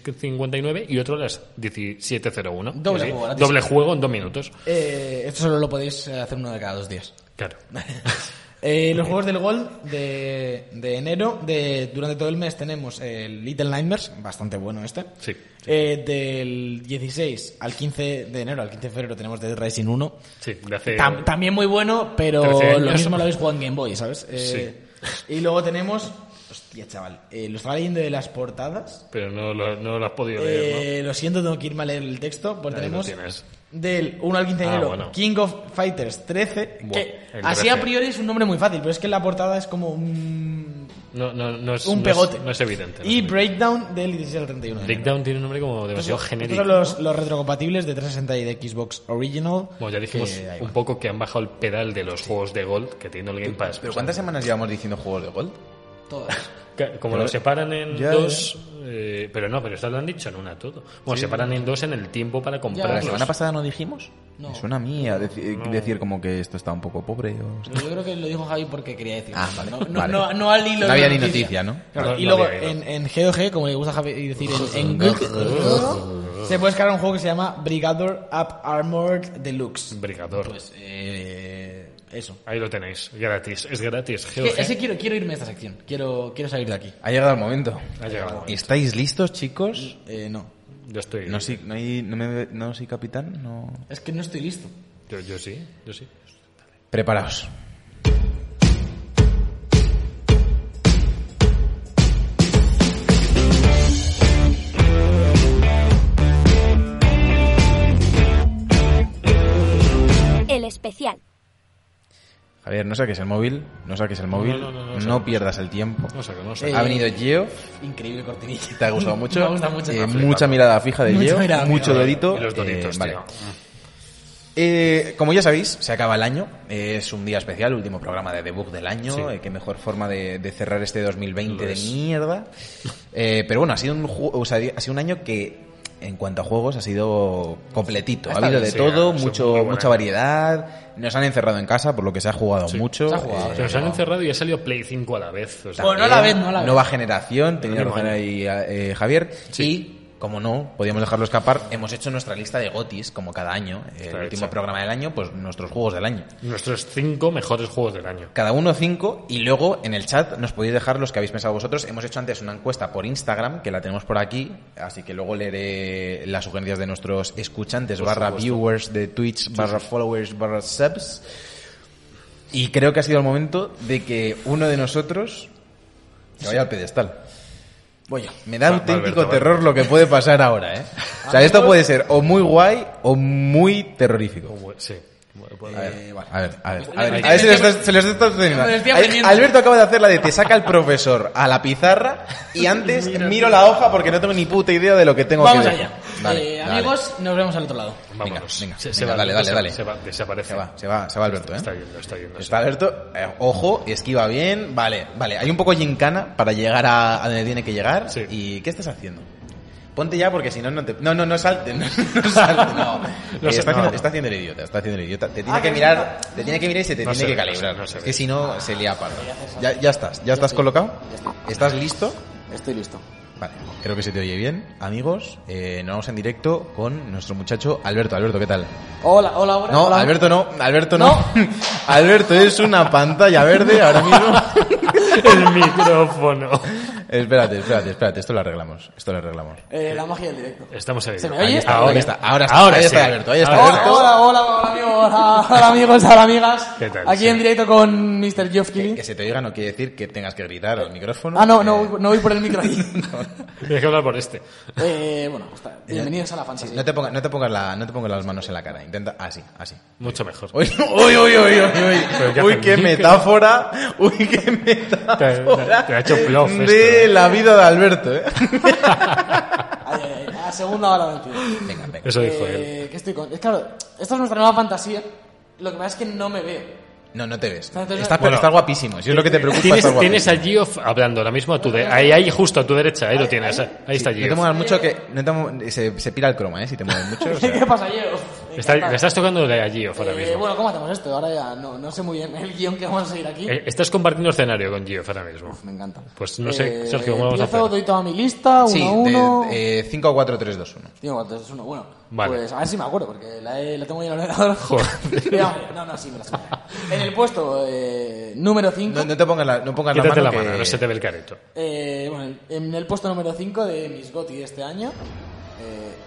16.59 y otro a las 17.01. Doble Así, juego gratis. Doble juego en dos minutos. Eh, esto solo lo podéis eh, hacer uno de cada dos días. Claro. Eh, los juegos del Gold de, de enero, de, durante todo el mes tenemos el Little Nightmares, bastante bueno este. Sí. Eh, del 16 al 15 de enero, al 15 de febrero tenemos Dead Rising 1. Sí, de hace... Tam- también muy bueno, pero 13 lo años. mismo lo habéis jugado en Game Boy, ¿sabes? Eh, Y luego tenemos... Hostia, chaval. eh, lo estaba leyendo de las portadas. Pero no lo, no lo has podido leer, ¿no? Eh, lo siento, tengo que irme a leer el texto. Pues Ahí lo tenemos tienes. del 1 al 15 de Ah, enero bueno. King of Fighters 13. Buah, que el así 13. a priori es un nombre muy fácil, pero es que en la portada es como un, No, no, no es, un no es- pegote. No es, evidente. no es Y evidente. Breakdown del 16 al 31. de enero. Breakdown tiene un nombre como Estos demasiado son- genérico. estos son los, los retrocompatibles de 360 y de Xbox Original. Bueno, ya dijimos que ahí un va. poco que han bajado el pedal de los juegos de Gold que tiene el Game Pass. ¿Pero cuántas semanas llevamos diciendo juegos de Gold? Todas. Ca- Como Pero- lo separan en Ya, dos, eh, pero no, pero esto lo han dicho en una todo. Bueno, separan en dos en el tiempo para ¿Pero Pero la comprarlos. los- semana pasada pues. no dijimos? No. Me suena a mí a deci- eh, decir como que esto está un poco pobre. o- Pero yo creo que lo dijo Javi porque quería decir. Ah, vale, No, no, vale. no- no al hilo No de había la ni noticia, ¿no? Claro, No, y no luego había hilo. en, en GOG, como le gusta a Javi decir, en, en GOG, se puede descargar un juego que se llama Brigador Up Armored Deluxe. Brigador. Pues, eh, eso. Ahí lo tenéis, gratis. Es gratis. Que GOG. ese quiero, quiero irme de esta sección. Quiero, quiero salir de aquí. Ha llegado el momento. Ha llegado. ¿Estáis listos, chicos? Eh, no. Yo estoy. No soy, no hay- no me- no soy capitán, no... Es que no estoy listo. Yo, yo sí, yo sí. Preparaos. El especial. Javier, no saques el móvil, no saques el móvil, no, no, no, no, saca. pierdas el tiempo. No sé, no sé. Eh, Ha venido Geo, Increíble cortinilla. te ha gustado mucho. Me gusta mucho. Eh, Me ha flipado. mucha mirada fija de Mucha Geo, mirada mucho fija. dorito. Y los doritos, eh, vale. tío. Eh, como ya sabéis, se acaba el año. Eh, es un día especial, último programa de debug del año. Sí. eh, qué mejor forma de, de cerrar este 2020 Lo de es. mierda. Eh, pero bueno, ha sido un ju- o sea, ha sido un año que en cuanto a juegos ha sido completito. Ha Está habido bien, sí, ha de sido todo, mucho, muy buen mucha año. variedad. Nos han encerrado en casa, por lo que se ha jugado mucho. se ha jugado, eh, Se nos han encerrado y ha salido Play 5 a la vez. o sea, Pues Bueno, no a la vez, no a la vez. Nueva generación, tenía Mismo razón año. ahí eh, Javier. Y, como no, podíamos dejarlo escapar, hemos hecho nuestra lista de gotis, como cada año. El Claro, último exacto. programa del año, pues nuestros juegos del año. Nuestros cinco mejores juegos del año. Cada uno cinco, y luego en el chat nos podéis dejar los que habéis pensado vosotros. Hemos hecho antes una encuesta por Instagram, que la tenemos por aquí, así que luego leeré las sugerencias de nuestros escuchantes, Por barra supuesto. viewers de Twitch, barra followers, barra subs. Y creo que ha sido el momento de que uno de nosotros se vaya al pedestal. Voy yo. Me da Va- va auténtico Alberto, va. terror lo que puede pasar ahora, ¿eh? O sea, esto puede ser o muy guay o muy terrorífico. Como- Sí. Bueno, pues- Eh, vale. A ver, a ver, a ver, Pues, me- a ver si me- lo estás- se lo está obteniendo. me estoy aprendiendo. Alberto acaba de hacer la de te saca el profesor a la pizarra y antes miro la hoja porque no tengo ni puta idea de lo que tengo Vamos que allá. Vale, Eh, vale. amigos, nos vemos al otro lado. Vámonos. venga, se, se venga, va, dale, dale, se- dale. se va, desaparece. Se va, se va, se va Alberto, ¿eh? Está yendo, está yendo. Está Alberto, eh, ojo, esquiva bien, vale, vale. Hay un poco gincana para llegar a, a donde tiene que llegar. Sí. ¿Y qué estás haciendo? Ponte ya porque si no, no te... No, no, no salte, no, no salte, no. No Eh, sé, está, no, haciendo, no. está haciendo el idiota, está haciendo el idiota. Te tiene Ah, que que mirar, te tiene que mirar y se te No tiene se que ve, no se calibrar. ve, no se es ve. que si no, se lía parda. Ya, ya estás, ya estás estoy. colocado, Ya estoy. estás listo. Estoy listo. Vale, creo que se te oye bien. Amigos, eh, nos vamos en directo con nuestro muchacho Alberto. Alberto, ¿qué tal? Hola, hola, hola. No, hola. Alberto no, Alberto no. Alberto es una pantalla verde ahora mismo. El micrófono. espérate, espérate, espérate, esto lo arreglamos, esto lo arreglamos. Eh, la magia del directo. Estamos ahí. ¿Se me oye? Ahí- Está, Ahí Ahora está, ahora está, Ahora ahí está sí. Alberto, ahí está Ahora Hola, Alberto. hola, hola, hola, amigos, hola, hola, amigos, hola, amigas. ¿Qué tal? Aquí Sí. en directo con Mr. Geoff Keighley. Que se te oiga no quiere decir que tengas que gritar al micrófono. Ah, no, no, Eh, voy- no voy por el micro ahí. Tienes que hablar por este. eh, bueno, pues está. bienvenidos a la fantasía. No te pongas, no te pongas la, no te pongas las manos en la cara. Intenta, así, así. Mucho mejor. Uy, uy, uy, uy, uy, Pero uy. ¿qué Uy, hace qué el micro? metáfora. Uy, qué Te- te- metáfora. te ha hecho plof De ¿eh? esto, la vida de Alberto, eh. Ay, ay, ay, ah, segunda hora del tío. Venga, venga. Eso dijo él. Eh, que estoy con... Es claro, esta es nuestra nueva fantasía. Lo que pasa es que no me veo. No, no te ves. No te Está, ves. Bueno. está guapísimo. Si es lo que te preocupa, está Tienes, guapísimo. tienes a Gio f- hablando ahora mismo a tu de ahí, ahí justo a tu derecha, ahí lo tienes, ahí, ahí está No te Gio. muevas mucho que... No te mu- se, se pira el croma, ¿eh? Si te mueves mucho. o sea. ¿Qué pasa, Diego? Me Está- encanta. le estás tocando a Gio ahora Eh, mismo. bueno, ¿cómo hacemos esto? Ahora ya no, no sé muy bien el guión que vamos a seguir aquí. Eh, Estás compartiendo escenario con Gio ahora mismo. Me encanta. Eh, Pues no sé, Sergio, ¿cómo vamos a empiezo, hacer? doy toda mi lista, uno Sí, a uno. 5, 4, 3, 2, 1. Digo, entonces uno, bueno. Vale. Pues a ver si me acuerdo, porque la, he- la tengo ahí en el ordenador. Joder. Digamos, no, no, sí, me la sé. En el puesto eh, número 5. No, no te pongas la, no pongas Quítate la que- mano, no se te ve el careto. Eh, bueno, en el puesto número 5 de Miss Gotti de este año, eh,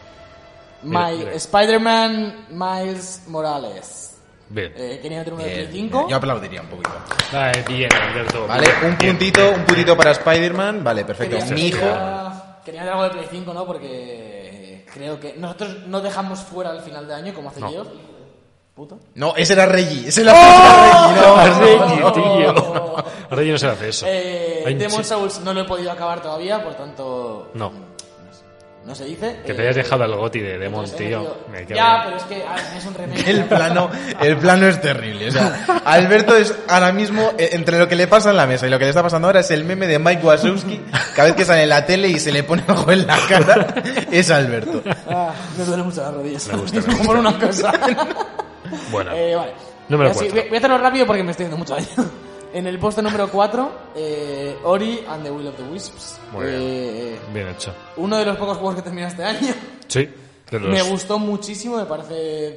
Mira, My mira. Spider-Man Miles Morales. Bien. Eh, quería meter uno de Bien, Play 5. Yo aplaudiría un poquito. Vale, bien, Alberto. Vale, un Bien. puntito, un puntito para Spider-Man. Vale, perfecto. Quería, Mi hijo. quería- quería meter algo de Play 5, ¿no? Porque creo que nosotros no dejamos fuera al final de año como hace No. Dios. Puto. No, ese era Reggie. Ese era Reggie. No, Ah, Reggie. Reggie, tío. A Reggie no se le hace eso. Eh, Hay un Demon chi- Souls no lo he podido acabar todavía, por tanto. No. No se dice. Que Eh, te hayas dejado al goti de Demon, entonces, eh, tío. Me cago en- Ya, pero es que a ver, es un remake. El plano, el plano es terrible. O sea, Alberto es ahora mismo, eh, entre lo que le pasa en la mesa y lo que le está pasando ahora, es el meme de Mike Wazowski. Cada vez que sale en la tele y se le pone algo en la cara, es Alberto. Ah, me duele mucho las rodillas. Me gusta, me Es como gusta. una cosa. Bueno, Eh, vale. Número Y así, cuatro. Voy, voy a hacerlo rápido porque me estoy yendo mucho daño. En el puesto número 4, eh, Ori and the Will of the Wisps. Muy bien. Eh, bien hecho. Uno de los pocos juegos que termina este año. Sí, de los- Me gustó muchísimo, me parece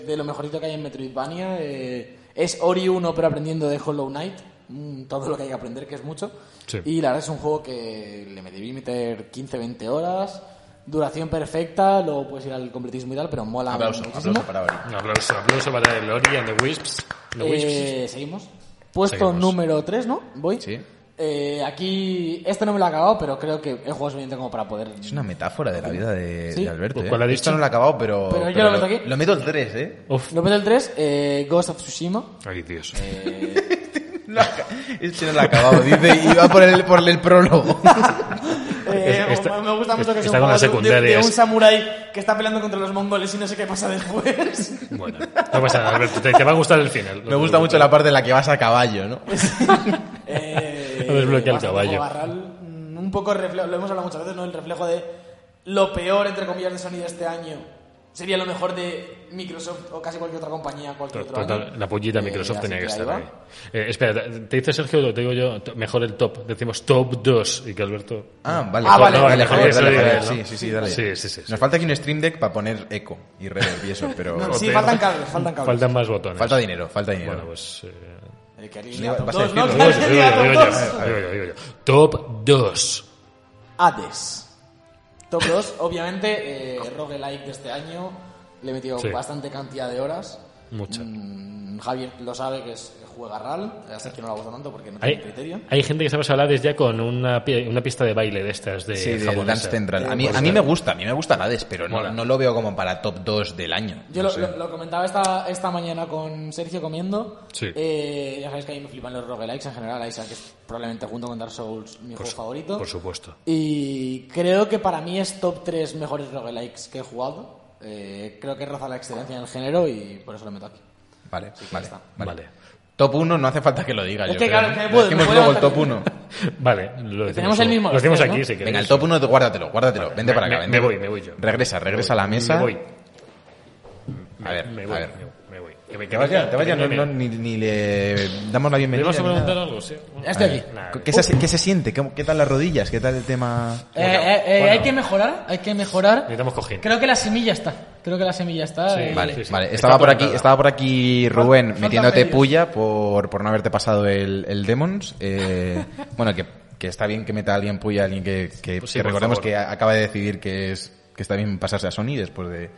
de lo mejorito que hay en Metroidvania. eh, es Ori 1, pero aprendiendo de Hollow Knight. mm, todo lo que hay que aprender, que es mucho. Sí. Y la verdad es un juego que le me debí meter 15-20 horas. Duración perfecta, luego puedes ir al completismo y tal, pero mola Aplauso, muchísimo. aplauso para Ori. Un aplauso, aplauso para el Ori and the Wisps. The Wisps. Eh, Seguimos. Puesto Seguimos. número 3, ¿no? Voy. Sí. Eh, aquí, este no me lo ha acabado, pero creo que he jugado suficiente como para poder. Es una metáfora de la vida de, Sí. de Alberto. Pues, ¿eh? ¿cuál ha dicho? Esto no lo he acabado, pero. Pero yo pero lo meto aquí. Lo meto el 3, ¿eh? Uf. Lo meto el 3, eh, Ghost of Tsushima. Ay, Dios. Eh. No, este no lo ha acabado. Dice, y va por el, por el prólogo. Eh, Es- está- me- me gusta mucho que sea está un, con juego las de- de- de, secundarias. un samurái que está peleando contra los mongoles y no sé qué pasa después. Bueno, no pasa nada, Alberto. Te, te va a gustar el final. Me gusta mucho la parte en la que vas a caballo, ¿no? Eh, Lo desbloquea el bastante caballo. barral, mm, un poco el reflejo, lo hemos hablado muchas veces, ¿no? El reflejo de lo peor, entre comillas, de sonido este año sería lo mejor de Microsoft o casi cualquier otra compañía, cualquier otro Total, año. Pues la pollita Eh, Microsoft así tenía que estar va. ahí. Eh, espera, te dice Sergio, lo te digo yo, to- mejor el top. Decimos top 2 y que Alberto... Ah, vale. Ah, vale, Dale, vale, Javier, eso dale, digo Javier. yo, Sí, ¿no? sí, sí, dale. Sí, sí, sí, sí. Nos falta aquí un Stream Deck para poner eco y reverb y eso, pero... No, sí, Joder. faltan cables, faltan cables. Faltan más botones. Falta dinero, falta dinero. Bueno, pues... eh, El que Sí, vas a Dos, ¿no? Digo decirlo. El yo, que digo yo, digo haría yo, dos. digo yo, digo yo. Top 2. Hades. Top 2, obviamente, eh, roguelike de este año. Le he metido Sí. bastante cantidad de horas. Mucha. Mm, Javier lo sabe que es juega RAL. A Sergio no lo gusta tanto porque no tiene Hay, criterio. hay gente que se pasa a hablar ya con una, pie- una pista de baile de estas de sí, del eh, japonesa. Dance Central. A mí, Puede a mí ser. me gusta, a mí me gusta el Hades, pero no, Mola. no lo veo como para top 2 del año. Yo No lo, sé. lo- lo comentaba esta, esta mañana con Sergio comiendo. Sí. Eh, ya sabéis que a mí me flipan los roguelikes en general. Isaac es probablemente junto con Dark Souls mi Por juego su- favorito. Por supuesto. Y creo que para mí es top 3 mejores roguelikes que he jugado. Eh, creo que roza la excelencia en el género y por eso lo meto aquí. Vale, vale, está. vale. Vale. Top 1 no hace falta que lo digas. Es yo que, creo, claro, ¿no? que me puedo- Es que me hemos puedo luego el lanzar- top 1. Vale, lo decimos. Tenemos el luego. mismo Lo decimos los tres, aquí, ¿no? si queréis. Venga, el top 1 guárdatelo, guárdatelo. Vente Me- para acá, me- vente. me voy, me voy yo. Regresa, regresa a la mesa. Me voy. A ver, me a voy. ver. me voy, Me voy. Que me- que Te vas me- ya, te vas que ya, me- no, no, me- ni, ni le damos la ¿Le bienvenida. vas a ni nada. preguntar algo? Sí. Ya estoy aquí. Nada, ¿Qué se, qué se siente? ¿Cómo- ¿Qué tal las rodillas? ¿Qué tal el tema? Eh, eh, eh, Bueno. Hay que mejorar, hay que mejorar. Necesitamos cojín. Creo que la semilla está. Creo que la semilla está. Sí. eh, Vale, sí, sí. vale. Está Estaba por aquí, apuntada. estaba por aquí Rubén faltan metiéndote medios. puya por, por no haberte pasado el, el Demons. Eh, bueno, que, que está bien que meta a alguien puya, a alguien que, que, Pues sí, que por recordemos favor. que a- acaba de decidir que es que está bien pasarse a Sony después de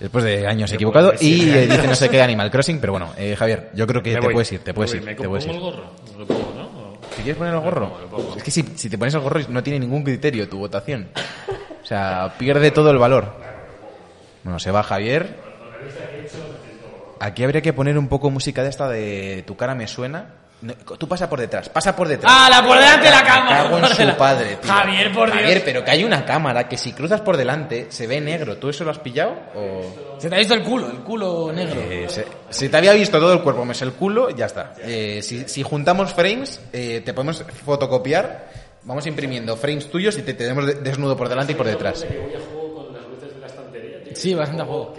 después de años Después equivocado de y siete eh, años. dice no sé qué Animal Crossing, pero bueno, eh, Javier, yo creo que Me te voy. puedes ir, te Me puedes voy, ir, me te co- puedes ir. pongo el gorro? Lo pongo, ¿no? O- ¿Te quieres poner el pongo, gorro? lo pongo. Es que si, si te pones el gorro no tiene ningún criterio tu votación. O sea, pierde todo el valor. Bueno, se va Javier. Aquí habría que poner un poco música de esta de Tu cara me suena. No, tú pasa por detrás, pasa por detrás. ¡Ah, la por delante de la Me cámara! cago en por su delante. padre, tío. Javier, por Dios. Javier, pero que hay una cámara que si cruzas por delante se ve negro. ¿Tú eso lo has pillado? O... Se te ha visto el culo, el culo negro. Eh, se, se te había visto todo el cuerpo, me es el culo, ya está. Eh, si, si juntamos frames, eh, te podemos fotocopiar, vamos imprimiendo frames tuyos y te tenemos de- desnudo por delante y por detrás. Eh, Sí, bastante a juego.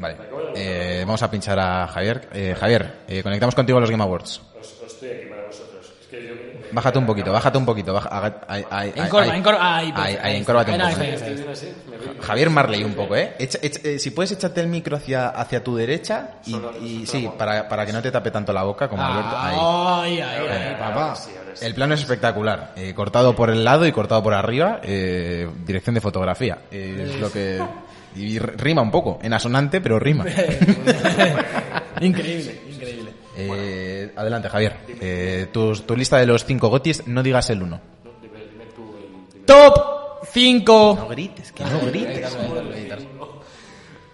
Vale, eh, vamos a pinchar a Javier. Eh, Javier, eh, conectamos contigo a los Game Awards. Bájate un poquito, bájate un poquito. baja- haga- ahí, ahí, ahí, Encorva, ahí. encorva. pues, Ahí, Ahí, perfecto, ahí, está. encórvate un Ahí, poco. ahí, ahí, ahí, ahí. Javier Marley un poco, ¿eh? Echa- echa- eh, si puedes, échate el micro hacia, hacia tu derecha y, y- sí, para, para que no te tape tanto la boca Ah, como Alberto. Ahí. Ay, ay, ay, Eh, papá. El plano es espectacular, eh, cortado por el lado y cortado por arriba, eh, dirección de fotografía. eh, es lo que y r- rima un poco, en asonante pero rima. increíble, increíble. Eh, adelante Javier, Eh, tu, tu lista de los cinco gotis, no digas el uno. Top 5. grites, que no grites.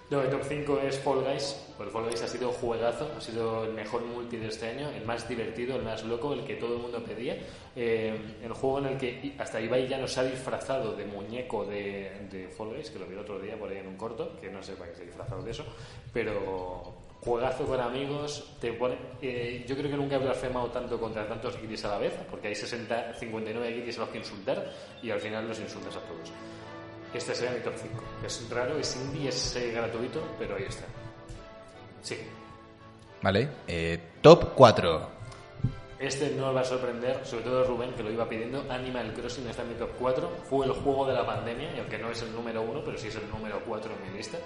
No, el top 5 es Fall Guys. Pues Fall Guys ha sido un juegazo, ha sido el mejor multi de este año, el más divertido, el más loco, el que todo el mundo pedía. Eh, el juego en el que I- hasta Ibai ya nos ha disfrazado de muñeco de, de Fall Guys, que lo vi el otro día por ahí en un corto, que no sé para qué se ha disfrazado de eso, pero juegazo con amigos, te pone, eh, yo creo que nunca he blasfemado tanto contra tantos guiris a la vez, porque hay 60, 59 guiris a los que insultar y al final los insultas a todos. Este será mi top 5. Es raro, es indie, es eh, gratuito, pero ahí está. Sí. Vale, eh, top 4. Este no os va a sorprender, sobre todo Rubén, que lo iba pidiendo. Animal Crossing está en mi top 4. Fue el juego de la pandemia, y aunque no es el número 1, pero sí es el número 4 en mi lista.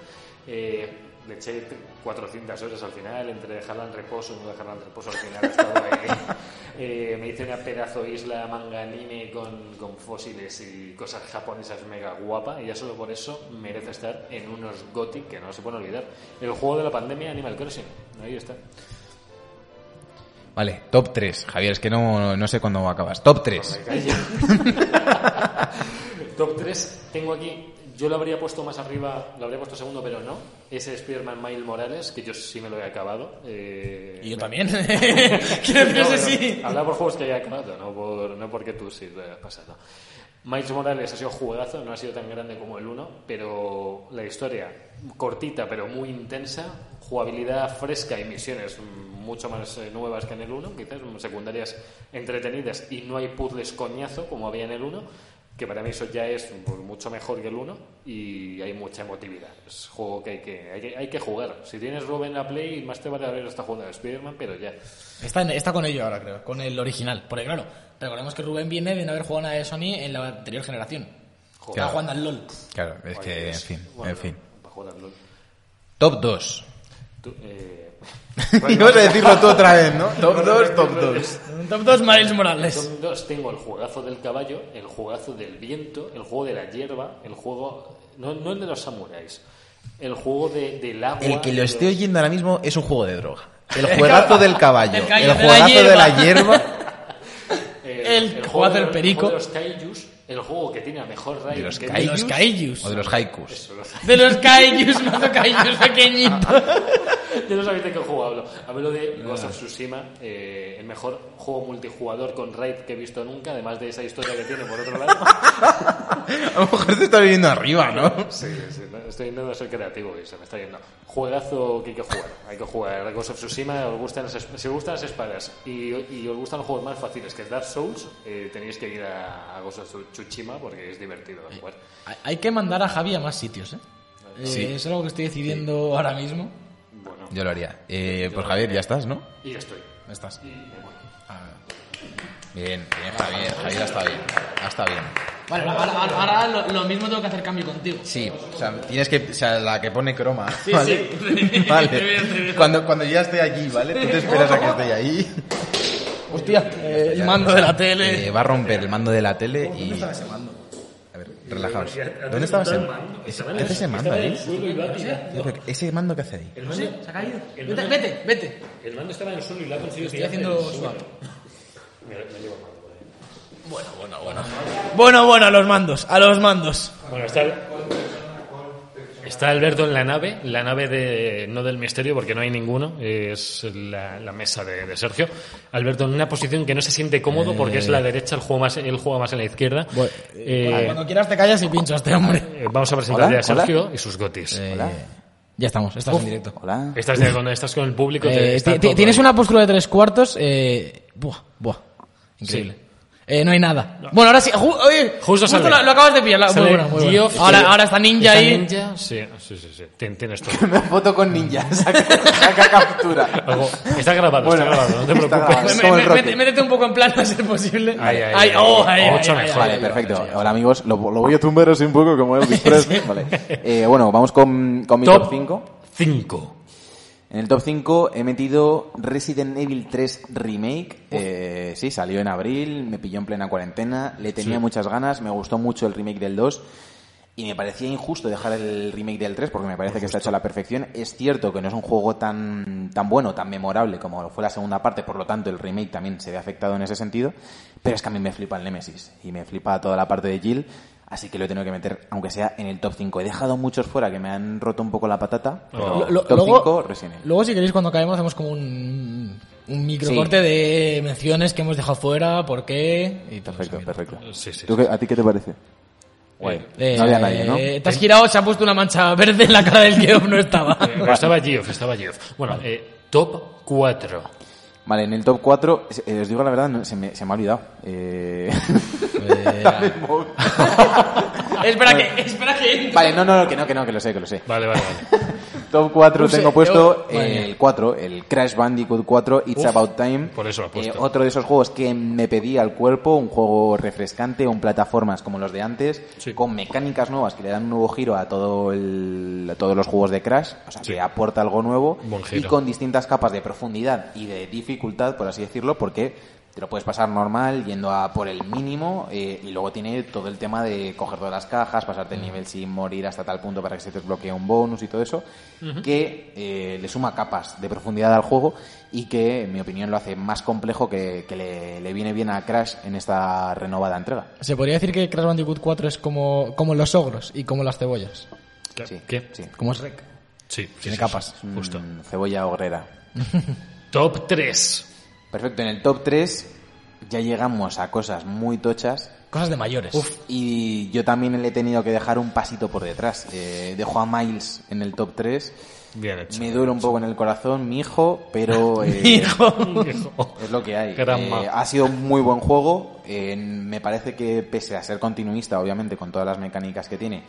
Eh, le eché 400 horas al final, entre dejarla en reposo y no dejarla en reposo al final. he estado ahí. Eh, me hice una pedazo isla manga anime con, con fósiles y cosas japonesas mega guapa, y ya solo por eso merece estar en unos GOTY que no se pueden olvidar. El juego de la pandemia, Animal Crossing. Ahí está. Vale, top 3. Javier, es que no, no sé cuándo acabas. Top 3. Top 3, tengo aquí, yo lo habría puesto más arriba, lo habría puesto segundo, pero no. Ese Spider-Man Miles Morales, que yo sí me lo he acabado. eh, Y yo también. Quiero decir, no, no, ese sí. Hablar por juegos que haya acabado, no, por, no porque tú sí lo hayas pasado. Miles Morales ha sido jugazo, no ha sido tan grande como el 1, pero la historia cortita pero muy intensa, jugabilidad fresca y misiones mm, mucho más eh, nuevas que en el 1, quizás mm, secundarias entretenidas y no hay puzzles coñazo como había en el 1, que para mí eso ya es pues, mucho mejor que el 1 y hay mucha emotividad. Es juego que hay que, hay que, hay que jugar. Si tienes Robin la Play, más te vale haber estado jugando a Spider-Man, pero ya. Está, en- está con ello ahora, creo. Con el original. Porque, claro, recordemos que Rubén viene de no haber jugado nada de Sony en la anterior generación. Joder. Estaba jugando al LOL. Claro, es que, en Pues, fin, bueno, en fin. para jugar al LOL. Top 2. Tú, eh, Ibas a decirlo tú otra vez, ¿no? Top 2, top 2. Top 2 Miles Morales. son dos. tengo el juegazo del caballo, el juegazo del viento, el juego de la hierba, el juego. No, no el de los samuráis, el juego de, del agua. El que lo de esté los- oyendo ahora mismo es un juego de droga. El juegazo del caballo, Del caballo, el de la juegazo de la hierba. hierba. eh, el juego del de los- perico. el juego de los kaijus, el juego que tiene a mejor raid. De los que- De kaijus. los Kaijus. O de los haikus. Eso, los- De los Kaijus, mazo Kaijus pequeñito. Yo no sabía de qué juego hablo. Hablo de Ah. Ghost of Tsushima, eh, el mejor juego multijugador con raid que he visto nunca, además de esa historia que tiene por otro lado. A lo mejor te está viviendo arriba, ¿no? Sí, sí, no, estoy intentando ser creativo y se me está yendo. Juegazo que hay que jugar. Hay que jugar. Ghost of Tsushima, os gustan las, esp- si os gustan las espadas y, y os gustan los juegos más fáciles, que es Dark Souls, eh, tenéis que ir a, a Ghost of Tsushima porque es divertido de jugar. Hay que mandar a Javi a más sitios, ¿eh? Eh, Sí. Es algo que estoy decidiendo ahora mismo. Bueno, Yo lo haría. Eh, pues Javier, ya estás, ¿no? y ya estoy. Estás. Y me voy. Bien, bien, Javier. Javier está bien. Ha estado bien. Vale, ahora, ahora- ahora lo, lo mismo tengo que hacer cambio contigo. Sí, o sea, tienes que. O sea, la que pone croma. Sí, ¿vale? sí. Te veo, te Vale. veo. Cuando, cuando ya esté allí, ¿vale? Tú te esperas a que esté ahí. Hostia, eh, el mando de la tele. Eh, va a romper el mando de la tele y. ¿Dónde estaba ese mando? A ver, relajaos. ¿Dónde estaba ese mando? ¿Qué hace ese mando Eh, ahí? Yo creo que- ¿Ese mando qué hace ahí? no sé, se ha caído. Vete, vete, vete. El mando estaba en el suelo y lo ha conseguido Estoy tirar del haciendo suelo. swap. Me, me llevo el mando por ahí. Bueno, bueno, a los mandos, a los mandos. Bueno, está el... Está Alberto en la nave, la nave de, no del misterio porque no hay ninguno, es la, la mesa de, de Sergio. Alberto en una posición que no se siente cómodo porque es la derecha, el juego más, él juega más en la izquierda. Bueno, Eh, Cuando quieras te callas y pincho a este hombre. eh, vamos a presentarle Hola, a Sergio y sus gotis. Hola. Eh, ya estamos, estás en directo. Hola. Estás, ya con, estás con el público. te- Eh, está ti- ti- todo tienes ahí. una postura de tres cuartos. Eh, buah, buah. Increíble. Eh, no hay nada. Bueno, ahora sí. ju- oye, Justo sale. lo, lo acabas de pillar. la- muy Sale buena, muy buena. Geoff, Ahora, eh, ahora está ninja está ahí. Ninja, sí, sí, sí, sí. Tien- Tienes todo. Una foto con ninjas. Saca, saca captura. Algo- Está grabado, Bueno, está grabado, no te está grabado. Me- preocupes. Es me- como el me- Rocky. mete- métete un poco en plano a ser posible. Ay, ay, ay. oh, ay, ay, Ocho mejor. ay, eh. ay, Vale, ay. perfecto. Hola amigos, lo, lo voy a tumbar así un poco como Elvis Presley. Vale. Eh, bueno, vamos con, con mi Top. top 5. 5. En el top 5 he metido Resident Evil 3 Remake. Eh, sí, salió en abril, me pilló en plena cuarentena, le tenía muchas ganas, me gustó mucho el remake del 2 y me parecía injusto dejar el remake del 3 porque me parece que está hecho a la perfección. Es cierto que no es un juego tan, tan bueno, tan memorable como fue la segunda parte, por lo tanto el remake también se ve afectado en ese sentido, pero es que a mí me flipa el Nemesis y me flipa toda la parte de Jill, así que lo he tenido que meter, aunque sea en el top 5. He dejado muchos fuera que me han roto un poco la patata, pero Lo- lo- top luego, 5 Resident Evil. luego, si queréis, cuando acabemos, hacemos como un, un micro Sí. corte de menciones que hemos dejado fuera, por qué. Y todo Perfecto, eso. perfecto. Sí, sí, ¿Tú qué- ¿A ti qué te parece? Guay. Eh, no había nadie, ¿no? eh, Te has girado, se ha puesto una mancha verde en la cara del que no estaba. Pero estaba Geoff, estaba Geoff. Bueno, eh, top 4. Vale, en el top 4, os digo la verdad, no- se, me, se me ha olvidado. Eh... Eh, espera que, espera que. vale, no, no, no, que no, que no, que lo sé, que lo sé. Vale, vale, vale. Top 4 Puse- tengo puesto eh, madre el mía. 4, el Crash Bandicoot 4, It's Uf, About Time. por eso lo he puesto. Eh, otro de esos juegos que me pedía al cuerpo, un juego refrescante, un plataformas como los de antes, Sí. con mecánicas nuevas que le dan un nuevo giro a, todo el- a todos los juegos de Crash, o sea, Sí. que aporta algo nuevo, Buen y giro. con distintas capas de profundidad y de dificultad, por así decirlo, porque... Te lo puedes pasar normal, yendo a por el mínimo, eh, y luego tiene todo el tema de coger todas las cajas, pasarte el nivel sin morir hasta tal punto para que se te desbloquee un bonus y todo eso, que eh, le suma capas de profundidad al juego y que, en mi opinión, lo hace más complejo que, que le, le viene bien a Crash en esta renovada entrega. Se podría decir que Crash Bandicoot 4 es como, como los ogros y como las cebollas. ¿Qué? Sí, ¿Qué? sí. Como es Rec. Sí, sí, Tiene sí, capas. sí, Justo. Mm, Cebolla obrera. Top 3. Perfecto, en el top 3 ya llegamos a cosas muy tochas Cosas de mayores. Y yo también le he tenido que dejar un pasito por detrás. Eh, dejo a Miles en el top 3. Bien hecho. Me duele un poco en el corazón, mi hijo, pero... eh, Hijo. Es lo que hay. Gran Eh, ma- ha sido un muy buen juego. Eh, me parece que, pese a ser continuista, obviamente, con todas las mecánicas que tiene,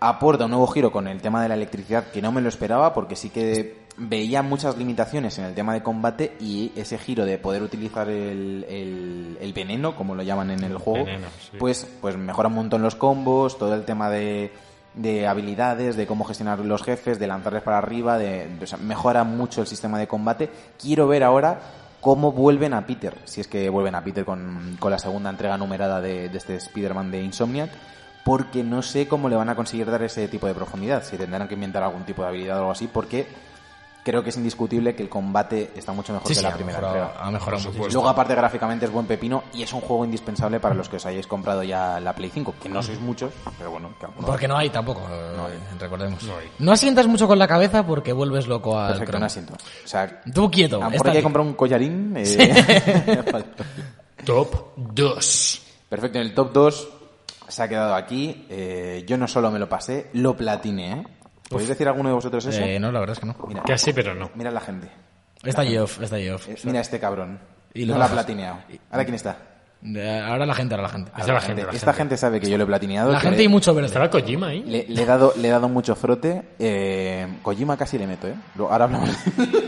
aporta un nuevo giro con el tema de la electricidad que no me lo esperaba, porque sí que veía muchas limitaciones en el tema de combate y ese giro de poder utilizar el, el- el veneno, como lo llaman en el juego, veneno, sí. pues, pues mejora un montón los combos, todo el tema de de habilidades, de cómo gestionar los jefes, de lanzarles para arriba, de, de- o sea, mejora mucho el sistema de combate. Quiero ver ahora cómo vuelven a Peter, si es que vuelven a Peter con, con la segunda entrega numerada de, de este Spider-Man de Insomniac, porque no sé cómo le van a conseguir dar ese tipo de profundidad, si tendrán que inventar algún tipo de habilidad o algo así, porque creo que es indiscutible que el combate está mucho mejor Sí, que sí, la ha primera mejorado, entrega. ha mejorado Por muchísimo. supuesto. Luego, aparte, gráficamente es buen pepino y es un juego indispensable para los que os hayáis comprado ya la Play 5, que no sois muchos, pero bueno, que alguno- Porque no hay tampoco, eh, recordemos. No hay. No asientas mucho con la cabeza porque vuelves loco al Perfecto, cromo. no Ah, asiento. O sea, Tú quieto. a lo mejor hay que estático. comprar un collarín. eh, vale. Top 2. Perfecto, en el top 2 se ha quedado aquí. eh, yo no solo me lo pasé, lo platiné. ¿eh? ¿Podéis decir alguno de vosotros eso? Eh, no, la verdad es que no. mira, Casi, pero no. mira la gente. Está Geoff, está Geoff. Eh, Mira este cabrón. Y no lo la ha bajas. platineado. ¿Ahora quién está? Eh, Ahora la gente, ahora la gente. Está la gente, la Esta gente. gente sabe que yo lo he platineado. La que gente le, y mucho verde. ¿Estaba Kojima ahí? Le, le he dado, le he dado mucho frote. eh, Kojima casi le meto, ¿eh? Lo- Ahora hablamos.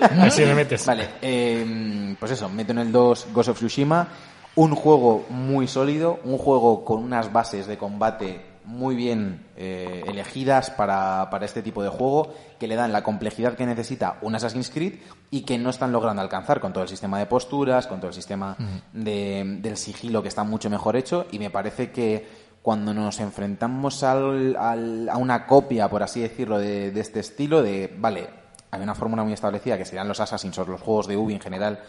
Ah. Así le metes. Vale, eh, pues eso, meto en el 2 Ghost of Tsushima, un juego muy sólido, un juego con unas bases de combate muy bien eh, elegidas para, para este tipo de juego, que le dan la complejidad que necesita un Assassin's Creed y que no están logrando alcanzar con todo el sistema de posturas, con todo el sistema de- del sigilo que está mucho mejor hecho y me parece que cuando nos enfrentamos al- al- a una copia, por así decirlo, de, de este estilo, de, vale, hay una fórmula muy establecida que serían los Assassins o los juegos de Ubi en general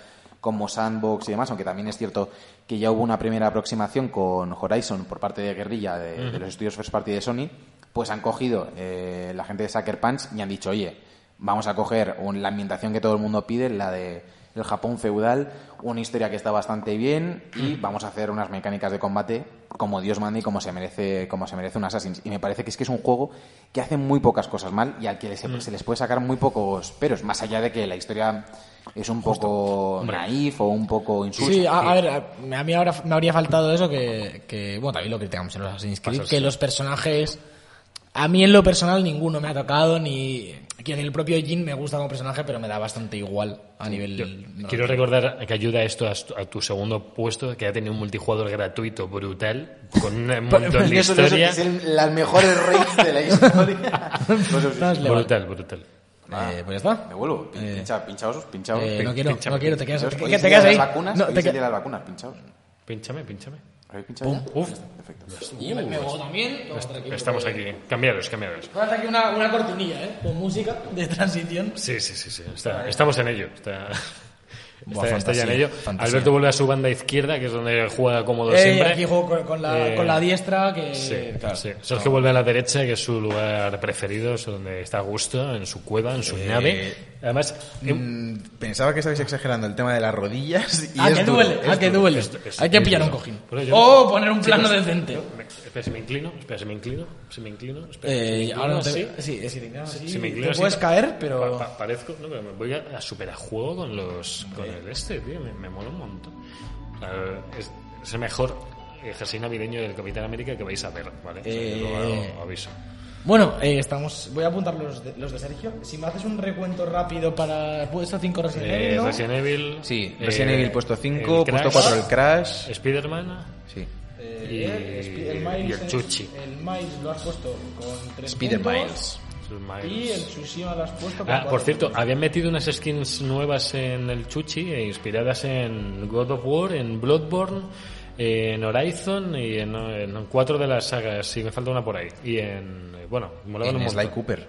como Sandbox y demás, aunque también es cierto que ya hubo una primera aproximación con Horizon por parte de Guerrilla de, de los estudios First Party de Sony, pues han cogido eh, la gente de Sucker Punch y han dicho, oye, vamos a coger un- la ambientación que todo el mundo pide, la de el Japón feudal, una historia que está bastante bien y vamos a hacer unas mecánicas de combate como Dios manda y como se merece como se merece un Assassin's y me parece que es que es un juego que hace muy pocas cosas mal y al que Mm. se, se les puede sacar muy pocos peros más allá de que la historia es un poco naif o un poco insulsa Sí, a, a ver, a, a mí ahora me habría faltado eso que, que, bueno, también lo criticamos en los Assassin's Creed, que los personajes, a mí en lo personal ninguno me ha tocado, ni, quiero decir, el propio Jin me gusta como personaje, pero me da bastante igual a nivel... no. Quiero recordar que ayuda esto a tu, a tu segundo puesto, que ha tenido un multijugador gratuito brutal, con un montón de Eso- eso historia. es el- las mejores raids de la historia Pues eso sí. Más le vale. Brutal, brutal. Eh, pues ya está. me vuelvo pincha, pinchaos pinchaos Eh, no Pin- quiero, pincha- no quiero, te quedas, pinchaos. te, Hoy te es el día quedas de ahí. las vacunas No, hoy te es el día que- de las vacunas pinchaos Pínchame, pínchame. ¿Habéis pinchado ya? Uf, Perfecto. Y me- me voy también. Vamos a estar aquí. estamos aquí. Cambiaros, cambiaros. Vamos a hacer aquí una, una cortinilla, ¿eh? Con música de transición. Sí, sí, sí, sí. Está- estamos en ello. Está, Buah, está- está ya en fantasía, ello. fantasía. Alberto vuelve a su banda izquierda, que es donde juega cómodo Eh, Pues siempre. aquí juego con, con la, Eh, con la diestra que... Sí, claro. sí. Sergio vuelve a la derecha, que es su lugar preferido, es donde está a gusto, en su cueva, en su Eh, nave. Además, eh, Mm, Pensaba que estabais exagerando el tema de las rodillas. Y Ah, es que duro, duele, es ah, que duro. duele. esto- esto- Hay que esto- pillar un esto- cojín. Pero yo- O poner un plano Chicos, decente. me- espera, si me inclino, espera, si me inclino, si me inclino, espera, si me Eh, inclino ahora no te... así. Sí, sí, sí, te, Si me inclino te así, puedes pa- caer, pero... pa- pa- parezco, no, pero me voy a, a superajuego con los con el este, tío, me, me mola un montón. O sea, es, es el mejor eh, jersey navideño del Capitán América que vais a ver, ¿vale? O sea, yo Eh. lo aviso. Bueno, eh, estamos... Voy a apuntar los de, los de Sergio. Si me haces un recuento rápido para... Puesto 5 Resident Eh, Evil, ¿no? Resident Evil. Sí, eh, Resident Evil puesto 5, el puesto Crash, 4 el Crash. Spider-Man. Sí. Eh, y- Spi- y el es- Chuchi. El Miles lo has puesto con 3 Spider Miles. Miles. Y el Tsushima lo has puesto con Ah, por cuatro cierto, puntos. habían metido unas skins nuevas en el Chuchi, eh, inspiradas en God of War, en Bloodborne, eh, en Horizon y en, en cuatro de las sagas, si me falta una por ahí. Y en, eh, bueno, molaban un En Sly montón. Cooper.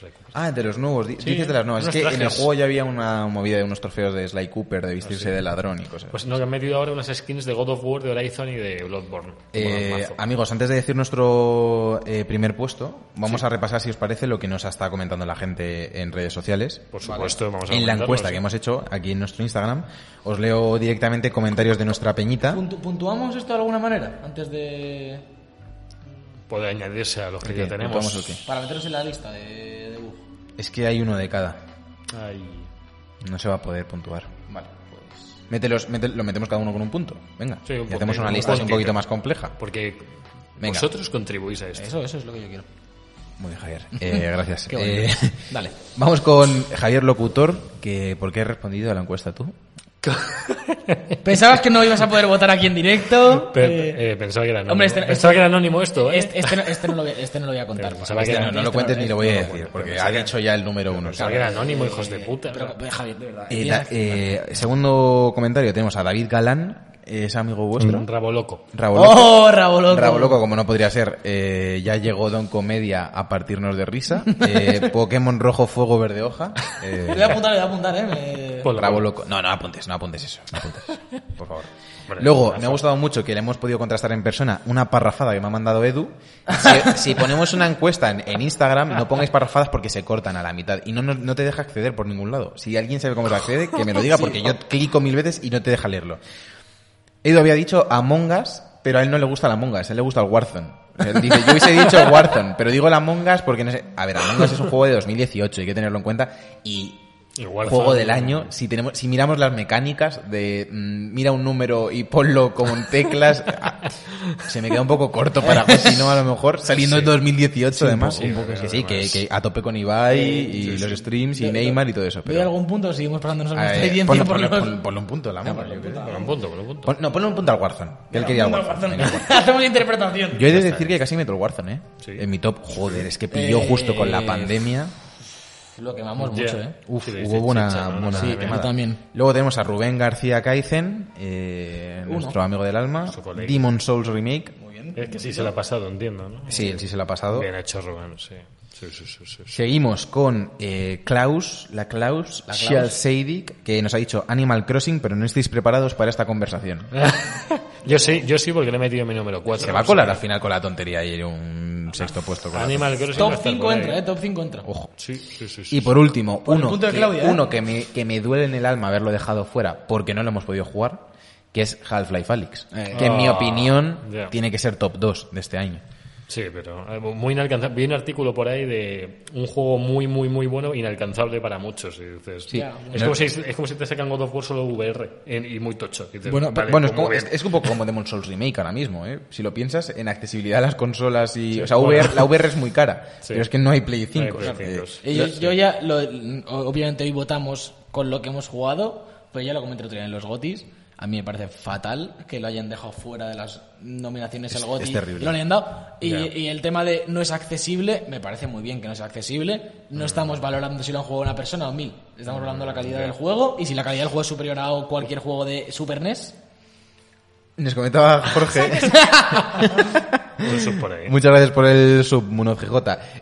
Sly Cooper. Ah, de los nuevos. di- Sí, dices de las nuevas. unos Es que en el trajes. Ah, juego ya había una movida de unos trofeos de Sly Cooper, de vestirse de ladrón y cosas. Pues no, que han metido ahora unas skins de God of War, de Horizon y de Bloodborne. Eh, Molan mazo. amigos, antes de decir nuestro eh, primer puesto, vamos a repasar, si os parece, lo que nos ha estado comentando la gente en redes sociales. por supuesto, vamos a en la comentarlo, encuesta sí. que hemos hecho aquí en nuestro Instagram, os leo directamente comentarios de nuestra ah. peñita. Puntu- ¿Puntuamos esto de alguna manera? Antes de... Puede añadirse a los que ¿El ya qué? tenemos. ¿Puntuamos o qué? Para meteros en la lista de, de bug. Es que hay uno de cada. Ay. No se va a poder puntuar. Vale, pues... Mételos, métel- lo metemos cada uno con un punto. Venga. Sí, un y punto, hacemos una un lista así un puntito. poquito más compleja. Porque Venga. Eh. vosotros contribuís a esto. Eso, eso es lo que yo quiero. Muy bien, Javier. Eh, gracias. Qué bonito. Eh, Dale. vamos con Javier Locutor, que ¿por qué has respondido a la encuesta tú? Pensabas que no ibas a poder votar aquí en directo. Pe- eh, eh, pensaba que era anónimo. hombre, este- pensaba que era anónimo esto, ¿eh? este, este no, este no lo voy, a- este no lo voy a contar. Pero Pues, pensaba que este era- No, no lo cuentes ni lo voy a decir, porque pero ha saca- dicho ya el número uno. Pensaba que era anónimo, hijos de puta. Pero, pero, Javier, de verdad. Eh, tienes da- que- eh, segundo comentario tenemos a David Galán, es amigo vuestro. Un rabo loco. Raboloco. ¡Oh, Raboloco! Raboloco, como no podría ser, eh, ya llegó Don Comedia a partirnos de risa. Eh, Pokémon Rojo Fuego Verde Hoja. Le Eh, voy a apuntar, le voy a apuntar, eh. me- Polo. Bravo loco. No, no apuntes, no apuntes eso. no apuntes eso, por favor. Hombre, Luego, Rafa. me ha gustado mucho que le hemos podido contrastar en persona una parrafada que me ha mandado Edu. Si, si ponemos una encuesta en, en Instagram, no pongáis parrafadas porque se cortan a la mitad y no, no, no te deja acceder por ningún lado. Si alguien sabe cómo se accede, que me lo diga porque yo clico mil veces y no te deja leerlo. Edu había dicho Among Us, pero a él no le gusta la Among Us, a él le gusta el Warzone. Él dice, yo hubiese dicho Warzone, pero digo la Among Us porque no sé... A ver, Among Us es un juego de 2018, hay que tenerlo en cuenta y Igual juego fue- del año, si tenemos, si miramos las mecánicas de mm, mira un número y ponlo con teclas, ah, se me queda un poco corto para José, ¿no? A lo mejor saliendo en 2018 además. poco, Un poco, sí, que sí, que, además. que a tope con Ibai y los streams y Neymar y todo eso. ¿Doy Pero, algún punto o seguimos pasándonos Ah, nuestra eh, audiencia ponlo, por ponlo- los- ponlo- ponlo un punto, la mano. yo creo. Con un punto, con un punto. Pon- no, ponle un punto al Warzone. Que él quería el Warzone. Venga, Warzone. Hacemos interpretación. Yo he de decir que casi meto el Warzone, ¿eh? Sí. En mi top, joder, es que pilló justo con la Eh, pandemia. Lo quemamos Ya. mucho, eh. Uf, Sí, sí, hubo una chicha, ¿no? buena Sí, quemada. yo también. Luego tenemos a Rubén García Kaizen, eh, nuestro amigo del alma. Su colega. Demon Souls Remake. Es que sí se la ha pasado, entiendo, ¿no? Sí, él sí se lo ha pasado. Bien hecho, Rubén, sí. Sí, sí, sí, sí, sí. Seguimos con eh, Klaus, la Klaus, La Klaus. Shell Seidik, que nos ha dicho Animal Crossing, pero no estáis preparados para esta conversación. Yo sí, yo sí porque le he metido mi número 4. Se va a colar al final con la tontería y un sexto puesto. con la Animal Crossing. va a Top estar 5 por ahí. entra, eh, top 5 entra. Ojo. Sí, sí, sí. sí, Y por último, el uno, punto de que, Claudia, ¿eh? uno que, me, que me duele en el alma haberlo dejado fuera porque no lo hemos podido jugar, que es Half-Life Alyx. Eh. Que en mi Ah, opinión ya. tiene que ser top 2 de este año. Sí, pero eh, muy inalcanzable. Vi un artículo por ahí de un juego muy, muy, muy bueno, inalcanzable para muchos. Y dices, Ya, es, como si, es como si te sacan God of War solo VR en- y muy tocho. Y dices, Bueno, vale, bueno es, como como- es, bien. es un poco como Demon Souls Remake ahora mismo, ¿eh? Si lo piensas, en accesibilidad a las consolas y... Sí, o sea, bueno. VR la VR es muy cara, Sí. pero es que no hay Play 5. Play o sea, 5, eh, sí. Y yo, yo ya, lo- obviamente hoy votamos con lo que hemos jugado, pero ya lo comenté otro día en los Gotis. A mí me parece fatal que lo hayan dejado fuera de las nominaciones Es- al Goti. es terrible. Lo han dado. Y, Ya. y el tema de no es accesible, me parece muy bien que no sea accesible. Mm. No estamos valorando si lo han jugado una persona o mil. Estamos valorando la calidad del juego. Y si la calidad del juego es superior a cualquier juego de Super E NES, Nos comentaba Jorge... Un sub por ahí. Muchas gracias por el sub, Munoz GJ.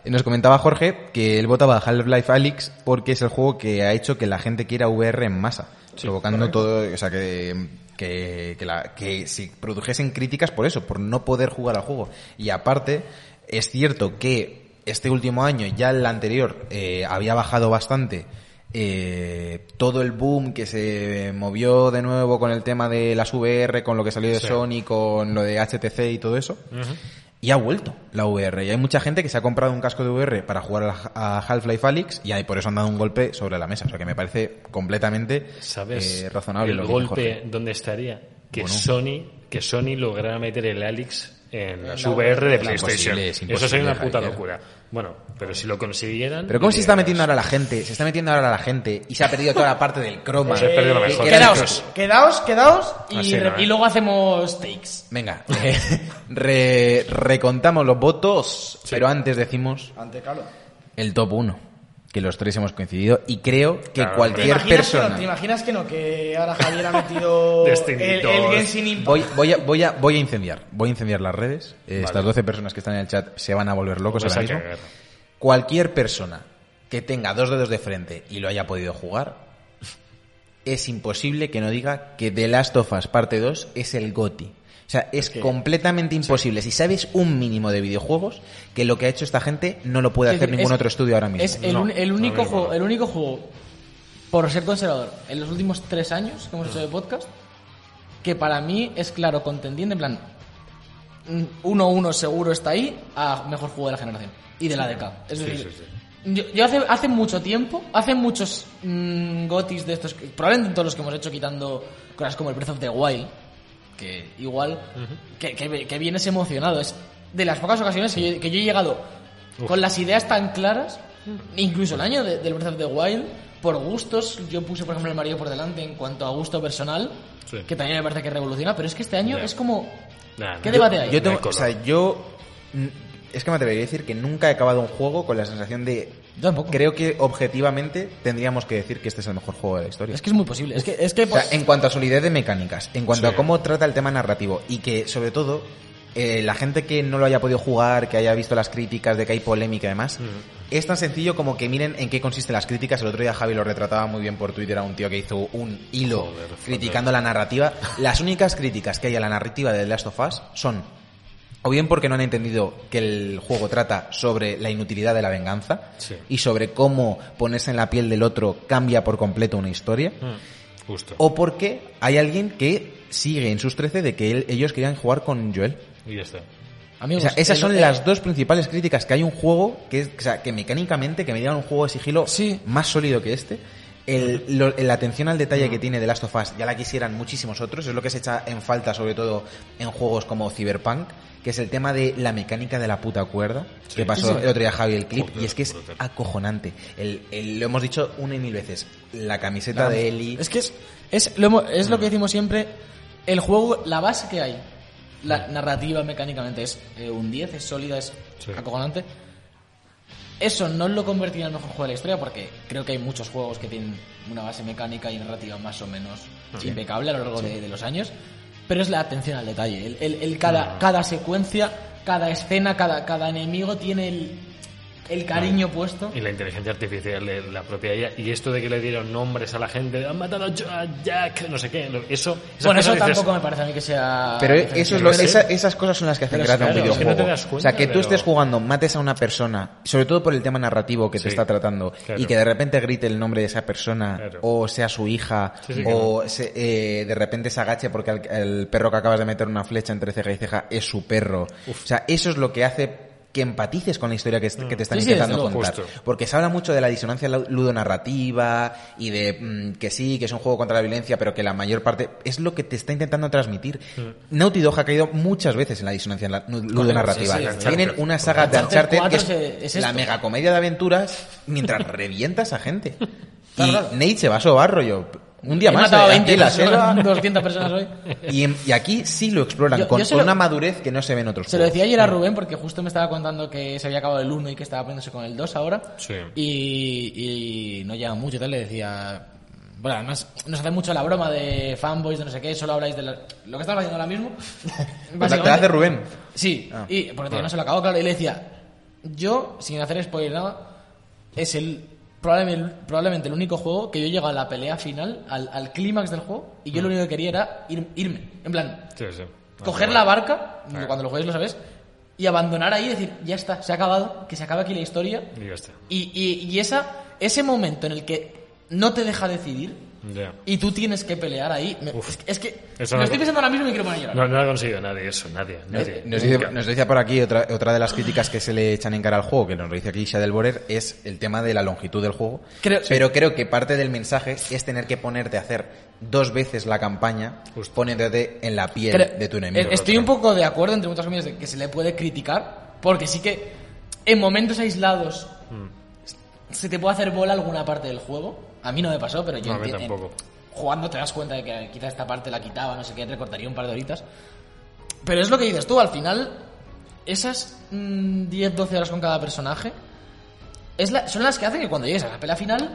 Nos comentaba Jorge que él votaba Half-Life Alyx porque es el juego que ha hecho que la gente quiera VR en masa. provocando todo, o sea, que, que, que, la- que si produjesen críticas por eso, por no poder jugar al juego. Y aparte, es cierto que este último año, ya el anterior, eh, había bajado bastante eh, todo el boom que se movió de nuevo con el tema de las VR, con lo que salió de Sí. Sony, con lo de HTC y todo eso. Ujú. Y ha vuelto la VR. Y hay mucha gente que se ha comprado un casco de VR para jugar a- a Half-Life Alyx y ahí por eso han dado un golpe sobre la mesa. O sea que me parece completamente ¿Sabes? eh, razonable el lo que dice golpe Jorge. donde estaría que Bueno. Sony que Sony lograra meter el Alex en las la VR de Es PlayStation. imposible, es Eso sería una imposible, puta Javier. locura. Bueno, pero si lo consiguieran Pero ¿cómo se está dirías, metiendo ahora la gente? Se está metiendo ahora la gente y se ha perdido toda la parte del croma. Eh, Pues he perdido lo mejor. Que era el quedaos, croma. quedaos, quedaos. Y, Así no, re- y ¿eh? luego hacemos takes. Venga, eh, re- recontamos los votos, pero antes decimos Ante Calo. el top 1, que los tres hemos coincidido y creo que Claro, ¿Te cualquier imaginas Que no, persona... ¿Te imaginas que no? Que ahora Javier ha metido el, Destiny el 2. Genshin Impact. Voy, voy, a, voy, a, voy a incendiar. Voy a incendiar las redes. Eh, Vale. Estas 12 personas que están en el chat se van a volver locos vas ahora "Pues a mismo. cagar. Cualquier persona que tenga dos dedos de frente y lo haya podido jugar, es imposible que no diga que The Last of Us Parte 2 es el GOTI. O sea, es completamente imposible. Si sabes un mínimo de videojuegos, que lo que ha hecho esta gente no lo puede Es hacer decir, ningún es- otro estudio ahora mismo. Es el, No, un- el no único mismo, juego, no. el único juego, por ser conservador, en los últimos tres años que hemos hecho de podcast, que para mí es claro contendiente, en plan, 1-1 seguro está ahí a mejor juego de la generación y de la década. Es Sí, decir, sí, Yo, yo hace, hace mucho tiempo, hace muchos mm, gotis de estos, que- probablemente todos los que hemos hecho quitando cosas como el Breath of the Wild, que igual, que, que- que vienes emocionado. Es de las pocas ocasiones que yo, que yo he llegado con las ideas tan claras, incluso el año de- del Breath of the Wild, por gustos, yo puse por ejemplo el Mario por delante en cuanto a gusto personal, Sí. que también me parece que revoluciona, pero es que este año Ya. es como... Nah, nah. ¿Qué debate hay? Yo tengo, No hay o sea, color. yo mm, es que me atrevería a decir que nunca he acabado un juego con la sensación de Yo tampoco. creo que objetivamente tendríamos que decir que este es el mejor juego de la historia. Es que es muy posible. Es que, es que O sea, pues, en cuanto a solidez de mecánicas, en cuanto Sí. a cómo trata el tema narrativo y que sobre todo eh, la gente que no lo haya podido jugar, que haya visto las críticas de que hay polémica y demás, Mm. es tan sencillo como que miren en qué consisten las críticas. El otro día Javi lo retrataba muy bien por Twitter a un tío que hizo un hilo Joder, criticando la narrativa. Las únicas críticas que hay a la narrativa de The Last of Us son o bien porque no han entendido que el juego trata sobre la inutilidad de la venganza Sí. y sobre cómo ponerse en la piel del otro cambia por completo una historia. Mm, Justo. O porque hay alguien que sigue en sus 13 de que él- ellos querían jugar con Joel. Y ya está. O amigos, sea, esas el- eh, son el- las dos principales críticas que hay un juego que, es- o sea, que mecánicamente, que me digan un juego de sigilo Sí. más sólido que este. El, lo- la atención al detalle Mm. que tiene The Last of Us ya la quisieran muchísimos otros, es lo que se echa en falta sobre todo en juegos como Cyberpunk, que es el tema de la mecánica de la puta cuerda, que pasó el otro día Javi el clip, Joder, y es que es brutal. acojonante. El- el- lo hemos dicho una y mil veces, la camiseta de Ellie... Es que es, es, lo, hemo- es lo que decimos siempre. El juego, la base que hay, la narrativa mecánicamente es eh, un 10, es sólida, es Sí. acojonante. Eso no lo convertirá en el mejor juego de la historia porque creo que hay muchos juegos que tienen una base mecánica y narrativa más o menos impecable a lo largo de, de los años. Pero es la atención al detalle. Mm. El, el- el cada, cada secuencia, cada escena, cada, cada enemigo tiene el, el cariño puesto. Y la inteligencia artificial, de la propia IA. Y esto de que le dieron nombres a la gente, han matado a Jo- a Jack, no sé qué. no- Eso, esas Bueno, eso cosas dices, tampoco me parece a mí que sea. Pero eh, eso sí, es lo, Ah, sí. esa- esas cosas son las que hacen Pero gracia a un claro, es que no videojuego. te das o cuenta, sea, que tú pero- estés jugando, mates a una persona, sobre todo por el tema narrativo que Sí, te está tratando, claro. y que de repente grite el nombre de esa persona, Claro. o sea su hija, Sí, sí, que o se- eh, de repente se agache porque el, el perro que acabas de meter una flecha entre ceja y ceja es su perro. O sea, eso es lo que hace que empatices con la historia que, es- Mm. que te están Sí, sí, intentando desde luego. contar. Justo. Porque se habla mucho de la disonancia lu- ludonarrativa y de mm, que sí, que es un juego contra la violencia, pero que la mayor parte es lo que te está intentando transmitir. Mm. Naughty Dog ha caído muchas veces en la disonancia la- nu- ludonarrativa. sí, sí, sí. Tienen Uncharted. una saga de Uncharted Uncharted que 4 es- es, es la esto. megacomedia de aventuras mientras revientas a gente. Y Claro, claro. Nate se va a sobar, rollo. Un día He más matado a eh, 20 aquí la personas, selva. 200 personas hoy. Y, en- y aquí sí lo exploran Yo- con, yo se con lo- una madurez que no se ve en otros Se lo juegos. decía ayer a Rubén porque justo me estaba contando que se había acabado el 1 y que estaba poniéndose con el 2 ahora. Sí. Y, y no lleva mucho, tal, le decía... Bueno, además nos hace mucho la broma de fanboys, de no sé qué, solo habláis de la- lo que estás haciendo ahora mismo. Te la- te la hace Rubén. Sí, Ah. y porque todavía no se lo acabó, claro. Y le decía, yo, sin hacer spoiler nada, es el probablemente, probablemente el único juego que yo he llegado a la pelea final, al, al clímax del juego, y yo lo único que quería era ir- irme. En plan, Sí, sí. coger la barca, cuando lo juegues lo sabes, y abandonar ahí y decir, ya está, se ha acabado, que se acaba aquí la historia. Y ya está. Y, y- y esa, ese momento en el que no te deja decidir Ya. y tú tienes que pelear ahí, me- Uf. es que, es que Eso lo no- estoy pensando ahora mismo y me quiero poner a llorar. No, no lo ha conseguido nadie eso, nadie. Eh, nadie. Nos dice, Nunca. nos dice por aquí otra, otra de las críticas que se le echan en cara al juego, que nos lo dice aquí Shadel Borer, es el tema de la longitud del juego. Creo- pero creo que parte del mensaje es tener que ponerte a hacer dos veces la campaña, Justo. poniéndote en la piel Creo- de tu enemigo. eh, Estoy un poco de acuerdo, entre muchas comillas, de que se le puede criticar, porque sí que en momentos aislados Hmm. se te puede hacer bola alguna parte del juego. A mí no me pasó, pero yo No, a mí enti- tampoco. Jugando te das cuenta de que quizá esta parte la quitaba, no sé qué, recortaría un par de horitas. Pero es lo que dices tú, al final, esas mm, 10, 12 horas con cada personaje es la- son las que hacen que cuando llegues a la pelea final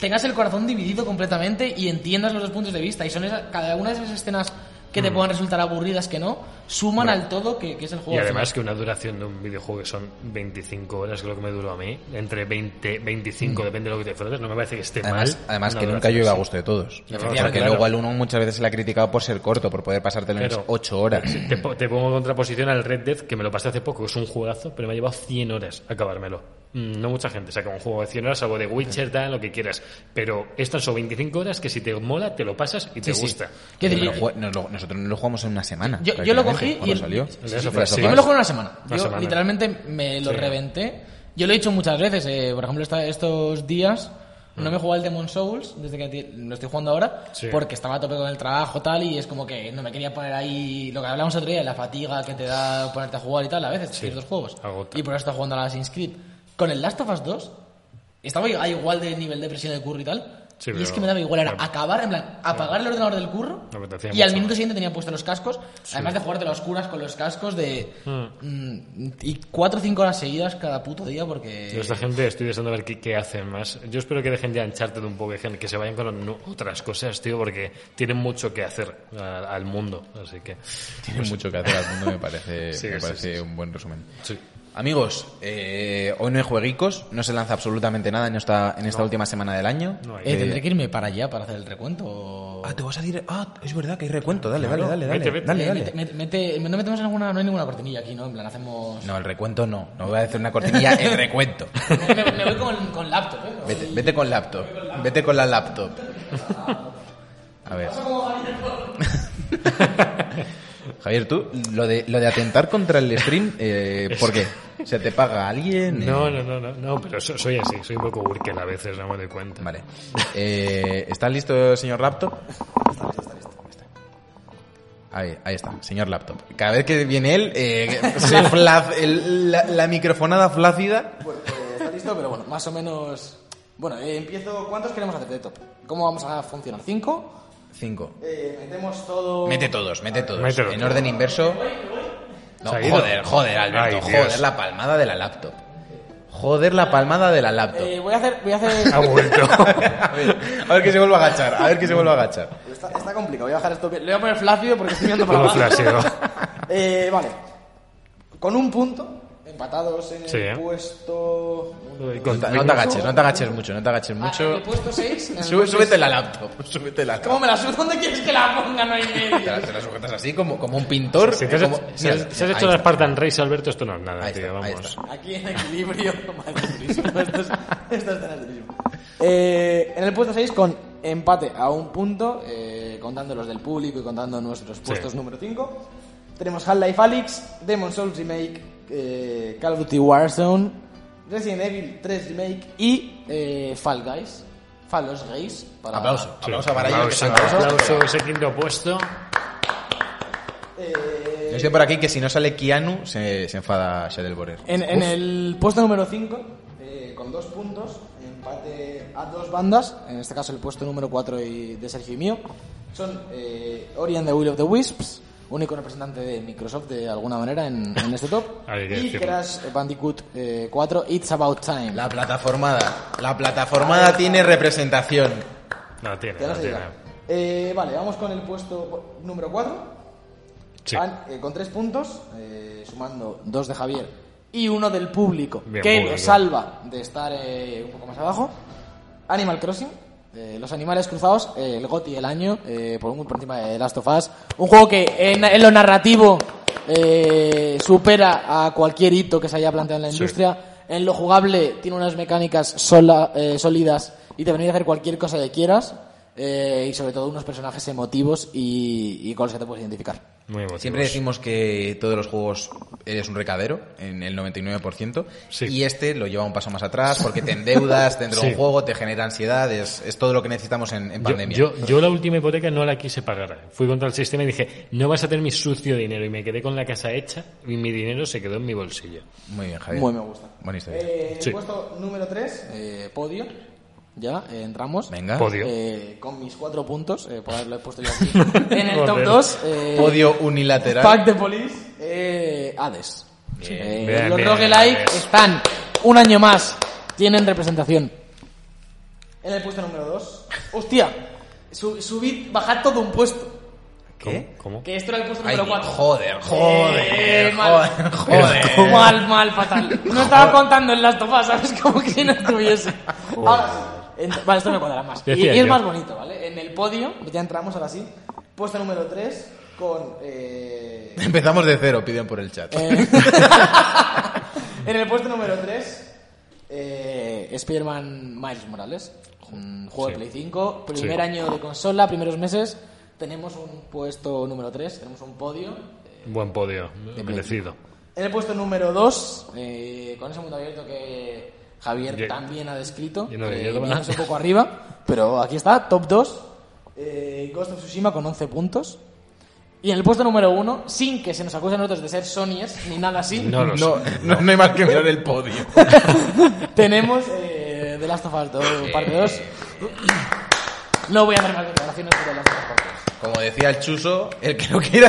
tengas el corazón dividido completamente y entiendas los dos puntos de vista. Y son esas- cada una de esas escenas que te Mm. puedan resultar aburridas que no, suman al todo que, que es el juego. Y al además final. que una duración de un videojuego que son 25 horas, que es lo que me duró a mí, entre 20, Mm. 25, depende de lo que te frotes, no me parece que esté Además, mal. además una que nunca duración llueve a así. gusto de todos. Efectivamente, Porque claro. luego al uno muchas veces se le ha criticado por ser corto, por poder pasártelo en Claro. ocho horas. Te, po- te pongo en contraposición al Red Dead, que me lo pasé hace poco, es un juegazo, pero me ha llevado 100 horas acabármelo. Mm, No mucha gente saca un juego de 100 horas, algo de Witcher, tal, lo que quieras. Pero estas son 25 horas que si te mola, te lo pasas y te Sí, sí. gusta. ¿Qué Nos diría? lo jue- nos lo- nosotros no lo jugamos en una semana. Yo- yo lo cogí prácticamente, cuando y el- salió. sí, sí, sí. Las Sí, Yo me sofás. lo juego en una semana. Una Yo semana. literalmente me lo Sí. reventé. Yo lo he hecho muchas veces. eh, por ejemplo, esta- estos días no me he jugado el Demon Souls desde que ti- lo estoy jugando ahora Mm. Sí. porque estaba a tope con el trabajo tal y es como que no me quería poner ahí lo que hablamos otro día de la fatiga que te da ponerte a jugar y tal a veces ciertos juegos agota. y por eso estoy jugando a la Assassin's Creed con el Last of Us 2 estaba ahí igual de nivel de presión de curro y tal Sí, y es pero- que me daba igual era pero- acabar en plan apagar el ordenador del curro Me apetecía y al mucho. minuto siguiente tenía puestos los cascos además de jugarte a las oscuras con los cascos de Hmm. Mm, y cuatro o cinco horas seguidas cada puto día porque Yo esta gente estoy deseando ver qué, qué hacen más. Yo espero que dejen ya Uncharted un poco, que gen- que se vayan con no- otras cosas, tío, porque tienen mucho que hacer a- al mundo. Así que, Tiene mucho que hacer al mundo, me parece, Sí, me sí, parece sí, sí. un buen resumen. sí. Amigos, eh, hoy no hay jueguicos, no se lanza absolutamente nada en esta, en esta última semana del año. No hay. Eh, tendré que irme para allá para hacer el recuento o- Ah, te vas a decir, ah, es verdad que hay recuento, dale, Claro. dale, dale, dale, Vete, vete. dale, Eh, dale. mete- mete- mete- no metemos alguna no hay ninguna cortinilla aquí no en plan hacemos No, el recuento no, no voy a hacer una cortinilla, el recuento. me, me voy con, con laptop ¿eh? Me Vete, voy- vete con laptop, vete con la laptop. A ver. Javier, tú, lo de, lo de atentar contra el stream, eh, ¿por qué? ¿Se te paga alguien? No, no, no, no, no, pero so- soy así, soy un poco burkel a veces, no me doy cuenta. Vale. Eh, ¿Está listo, señor Laptop? Ahí, ahí está, señor Laptop. Cada vez que viene él, eh, se fla- el- la, la microfonada flácida. Pues, eh, está listo, pero bueno. más o menos bueno eh, empiezo ¿cuántos queremos hacer de top? ¿cómo vamos a funcionar? ¿cinco? Cinco. Eh, metemos todo. Mete todos, mete todos. Mételo. En orden inverso. No, ¿Se ha ido? joder, joder, Alberto. Ay, joder Dios. la palmada de la laptop. Joder la palmada de la laptop. Eh, voy a hacer voy a Ah, hacer Ha vuelto. A ver, a ver que se vuelva a agachar, a ver que se vuelva a agachar. Está, está complicado, voy a bajar esto bien. le voy a poner flácido porque estoy mirando para Todo abajo flácido. Eh, vale. Con un punto, eh, empatados en Sí, el ¿eh? puesto... No te, no te agaches, no te agaches mucho, no te agaches Ah, en mucho. el puesto 6... Sube- súbete la laptop, súbete la ¿Cómo laptop. me la subo? ¿Dónde quieres que la ponga? No hay Te la, medio. te la sujetas así como, como un pintor. Si te has, como- hecho- si has- mira, si has ahí hecho la está. Spartan Race, Alberto, esto no es nada, Ahí tío, está, ahí vamos. está. Aquí en equilibrio. madre durísimo. Esto es- esto es tenaz durísimo. Eh, en el puesto 6 con empate a un punto, eh, contando los del público y contando nuestros puestos número 5. Tenemos Half-Life Alyx, Demon Souls Remake, eh, Call of Duty Warzone, Resident Evil 3 Remake y eh, Fall Guys. Fall los Gays. Para... Aplauso, aplauso a Barayos, que Aplauso, se aplauso. aplauso, ese quinto puesto. Yo estoy por aquí que si no sale Keanu, se, se enfada Shadel Borer. En, en el puesto número 5, con dos puntos, empate a dos bandas, en este caso el puesto número 4 de Sergio y mío, son eh, Ori and the Will of the Wisps, único representante de Microsoft de alguna manera en, en este top, Hay que y decirlo. Crash Bandicoot eh, 4, It's About Time. La plataformada. La plataformada tiene representación. No tiene, Te no vas a tiene. llegar. Eh, vale, vamos con el puesto número 4. Sí. Van, eh, con tres puntos, eh, sumando dos de Javier y uno del público, Bien, que público. lo salva de estar eh, un poco más abajo. Animal Crossing, eh, los animales cruzados, eh, el GOTI el año, eh, por, un- por encima de Last of Us. Un juego que en, en lo narrativo eh, supera a cualquier hito que se haya planteado en la Sí. industria. En lo jugable tiene unas mecánicas sola- eh, sólidas y te permite hacer cualquier cosa que quieras. eh, y sobre todo unos personajes emotivos y, y con los que te puedes identificar. Muy emotivos. Siempre decimos que todos los juegos eres un recadero, en el 99%, Sí. y este lo lleva un paso más atrás porque te endeudas dentro de Sí. un juego, te genera ansiedad, es, es todo lo que necesitamos en, en Yo- pandemia. Yo, yo la última hipoteca no la quise pagar. Fui contra el sistema y dije, no vas a tener mi sucio dinero. Y me quedé con la casa hecha y mi dinero se quedó en mi bolsillo. Muy bien, Javier. Muy me gusta. Buena historia. Eh, Sí. Puesto número 3, podio. Ya, eh, entramos. Venga. Podio. Eh, con mis cuatro puntos, eh, por haberlo puesto yo aquí. en el Joder. top 2, eh, Podio unilateral. Pack de Police, eh, Hades. Eh, Bien, los bien, roguelike Hades. están un año más, tienen representación. En el puesto número 2, hostia, su- subid, bajad todo un puesto. ¿Qué? ¿Cómo? Que esto era el puesto Ay, número 4. joder, joder, Eh, mal. joder, joder. Mal, mal, fatal. No estaba contando en las tomas, ¿sabes? Como que si no estuviese. Ahora, en- vale, esto me cuadra más. Y, Decía y es yo. más bonito, ¿vale? En el podio, ya entramos ahora sí. Puesto número 3 con. eh, Empezamos de cero, piden por el chat. eh, en el puesto número 3, eh, Spider-Man Miles Morales. Un juego de Sí. Play 5, primer Sí. año de consola, primeros meses. Tenemos un puesto número 3, tenemos un podio. Buen podio, merecido. En el puesto número 2, Eh, con ese mundo abierto que Javier Ye- también ha descrito, lleno de eh, hierba. viniéndose un poco arriba, pero aquí está, top 2, Ghost of Tsushima con 11 puntos. Y en el puesto número 1, sin que se nos acuse a nosotros de ser Sonyers ni nada así, No lo No, sé. no, no hay más que mirar el podio. tenemos eh, The Last of Us 2, parte 2. No voy a hacer más declaraciones de The Last of Us parte 2. Como decía el chuso, el que lo quiera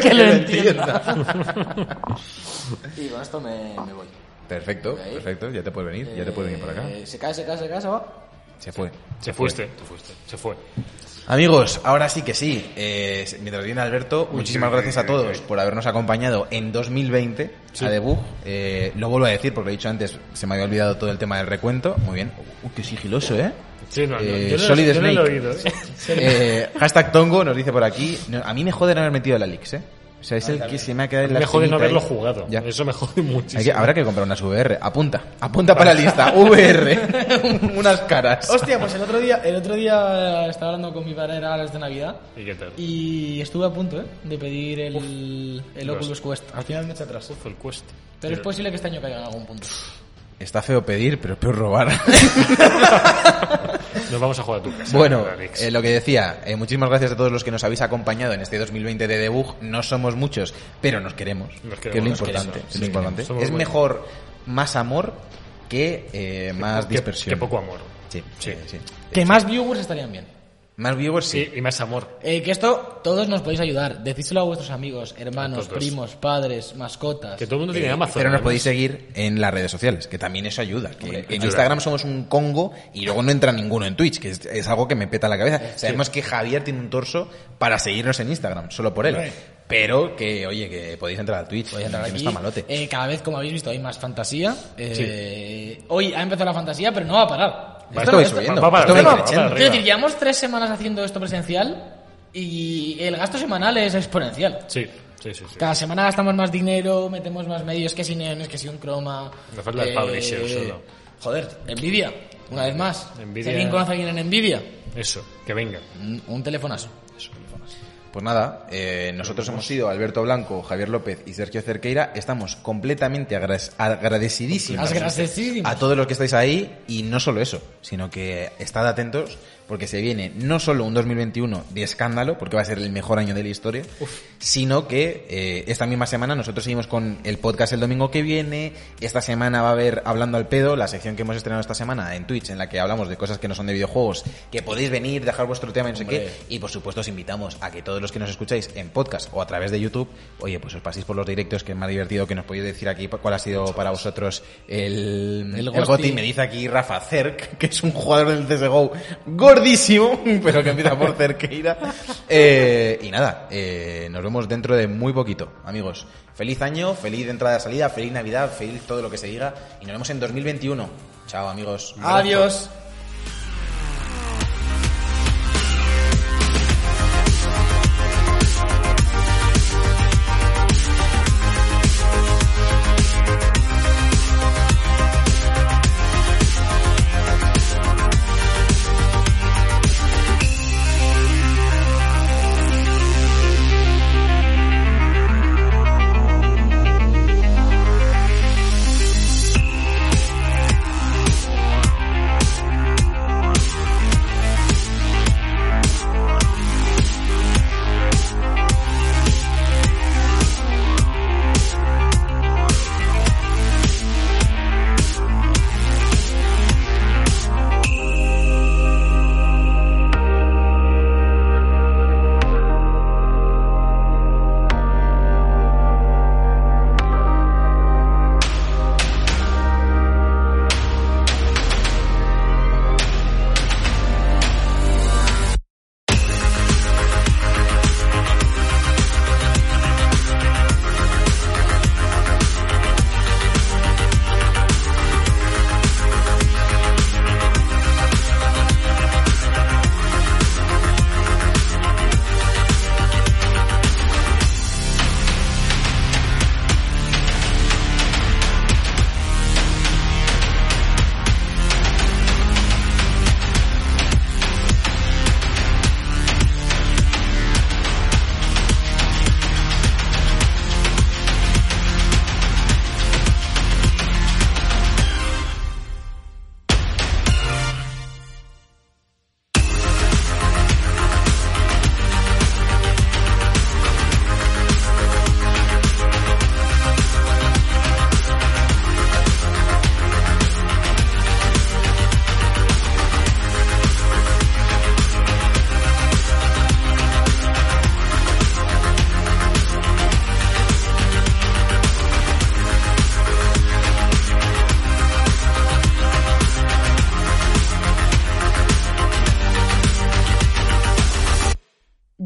Que que lo lo entienda. Y con esto me, me voy. Perfecto, Ok. perfecto. Ya te puedes venir, ya te puedes venir para acá. Eh, Se cae, se cae, se cae, se va. Se fue. Se este fuiste, se fuiste, se fue. Amigos, ahora sí que sí. Eh, mientras viene Alberto, muchísimas gracias a todos por habernos acompañado en 2020 Sí. a Debug. Eh, lo vuelvo a decir porque lo he dicho antes, se me había olvidado todo el tema del recuento. Muy bien. Uh, qué sigiloso, ¿eh? Sí, no, no, Eh, yo no, Solid yo no lo he Snake. oído. ¿eh? Eh, hashtag Tongo nos dice por aquí. no, a mí me jode no haber metido el Alix, ¿eh? O sea, es el que se me ha quedado en Ah, la Me jode no espinita haberlo ahí. jugado. Ya. Eso me jode Hay que- muchísimo. habrá que comprar unas VR. Apunta, apunta para la lista. VR. unas caras. Hostia, pues el otro día, el otro día eh, estaba hablando con mi padre, era las de Navidad, ¿Y qué tal? y estuve a punto, ¿eh? De pedir el, el Dios. Oculus Quest. Al final me eché atrás. Fue el Eh, cueste. Pero es posible que este año caiga en algún punto. Está feo pedir, pero es peor robar. Nos vamos a jugar a tu casa. bueno, Alex. eh, lo que decía, eh, muchísimas gracias a todos los que nos habéis acompañado en este 2020 de debug. No somos muchos, pero nos queremos. Nos queremos, que es lo nos queremos, importante. es sí, lo importante. somos Es buenos. mejor más amor que eh, más Que- dispersión. Que Ah, poco amor. Sí, sí, Sí. sí. Que más viewers estarían bien. Más viewers, sí. Sí, y más amor. Eh, que esto todos nos podéis ayudar. Decídselo a vuestros amigos, hermanos, A todos. primos, padres, mascotas. Que todo el mundo tiene Eh, Amazon. Pero nos además. podéis seguir en las redes sociales, que también eso ayuda. Que en ayuda. Instagram somos un Congo y luego no entra ninguno en Twitch, que es, es algo que me peta la cabeza. Sabemos que Javier tiene un torso para seguirnos en Instagram, solo por él. Pero que, oye, que podéis entrar a Twitch. Voy a entrar que no aquí. está malote. Eh, cada vez, como habéis visto, hay más fantasía. Eh, Hoy ha empezado la fantasía, pero no va a parar. Esto- Va, esto va esto- subiendo. va para Esto va arriba, va creciendo. para Quiero ¿eh? arriba. decir, llevamos tres semanas haciendo esto presencial y el gasto semanal es exponencial. Sí, sí, sí. sí. Cada semana gastamos más dinero, metemos más medios, que si neones, que si un croma. eh, Nos falta el publisher solo. Joder, Nvidia, una vez más. Nvidia. Si alguien conoce a alguien en Nvidia, Eso, que venga. un, un telefonazo. Pues nada, eh, nosotros hemos sido Alberto Blanco, Javier López y Sergio Cerqueira. Estamos completamente agra- agradecidísimos Agradecidísimos. a todos los que estáis ahí. Y no solo eso, sino que estad atentos porque se viene no solo un 2021 de escándalo, porque va a ser el mejor año de la historia, sino que eh, esta misma semana nosotros seguimos con el podcast el domingo que viene. Esta semana va a haber Hablando al Pedo, la sección que hemos estrenado esta semana en Twitch, en la que hablamos de cosas que no son de videojuegos, que podéis venir, dejar vuestro tema, y no sé qué. Y por supuesto os invitamos a que todos los que nos escucháis en podcast o a través de YouTube, oye, pues os paséis por los directos, que es más divertido, que nos podéis decir aquí cuál ha sido para vosotros el, El el Gosti. Goti. Me dice aquí Rafa Cerc, que es un jugador del CSGO gordísimo, pero que empieza por Cerqueira. Eh, y nada, eh, nos vemos dentro de muy poquito, amigos. Feliz año, feliz entrada-salida, feliz Navidad, feliz todo lo que se diga. Y nos vemos en 2021. Chao, amigos. Un abrazo. Adiós.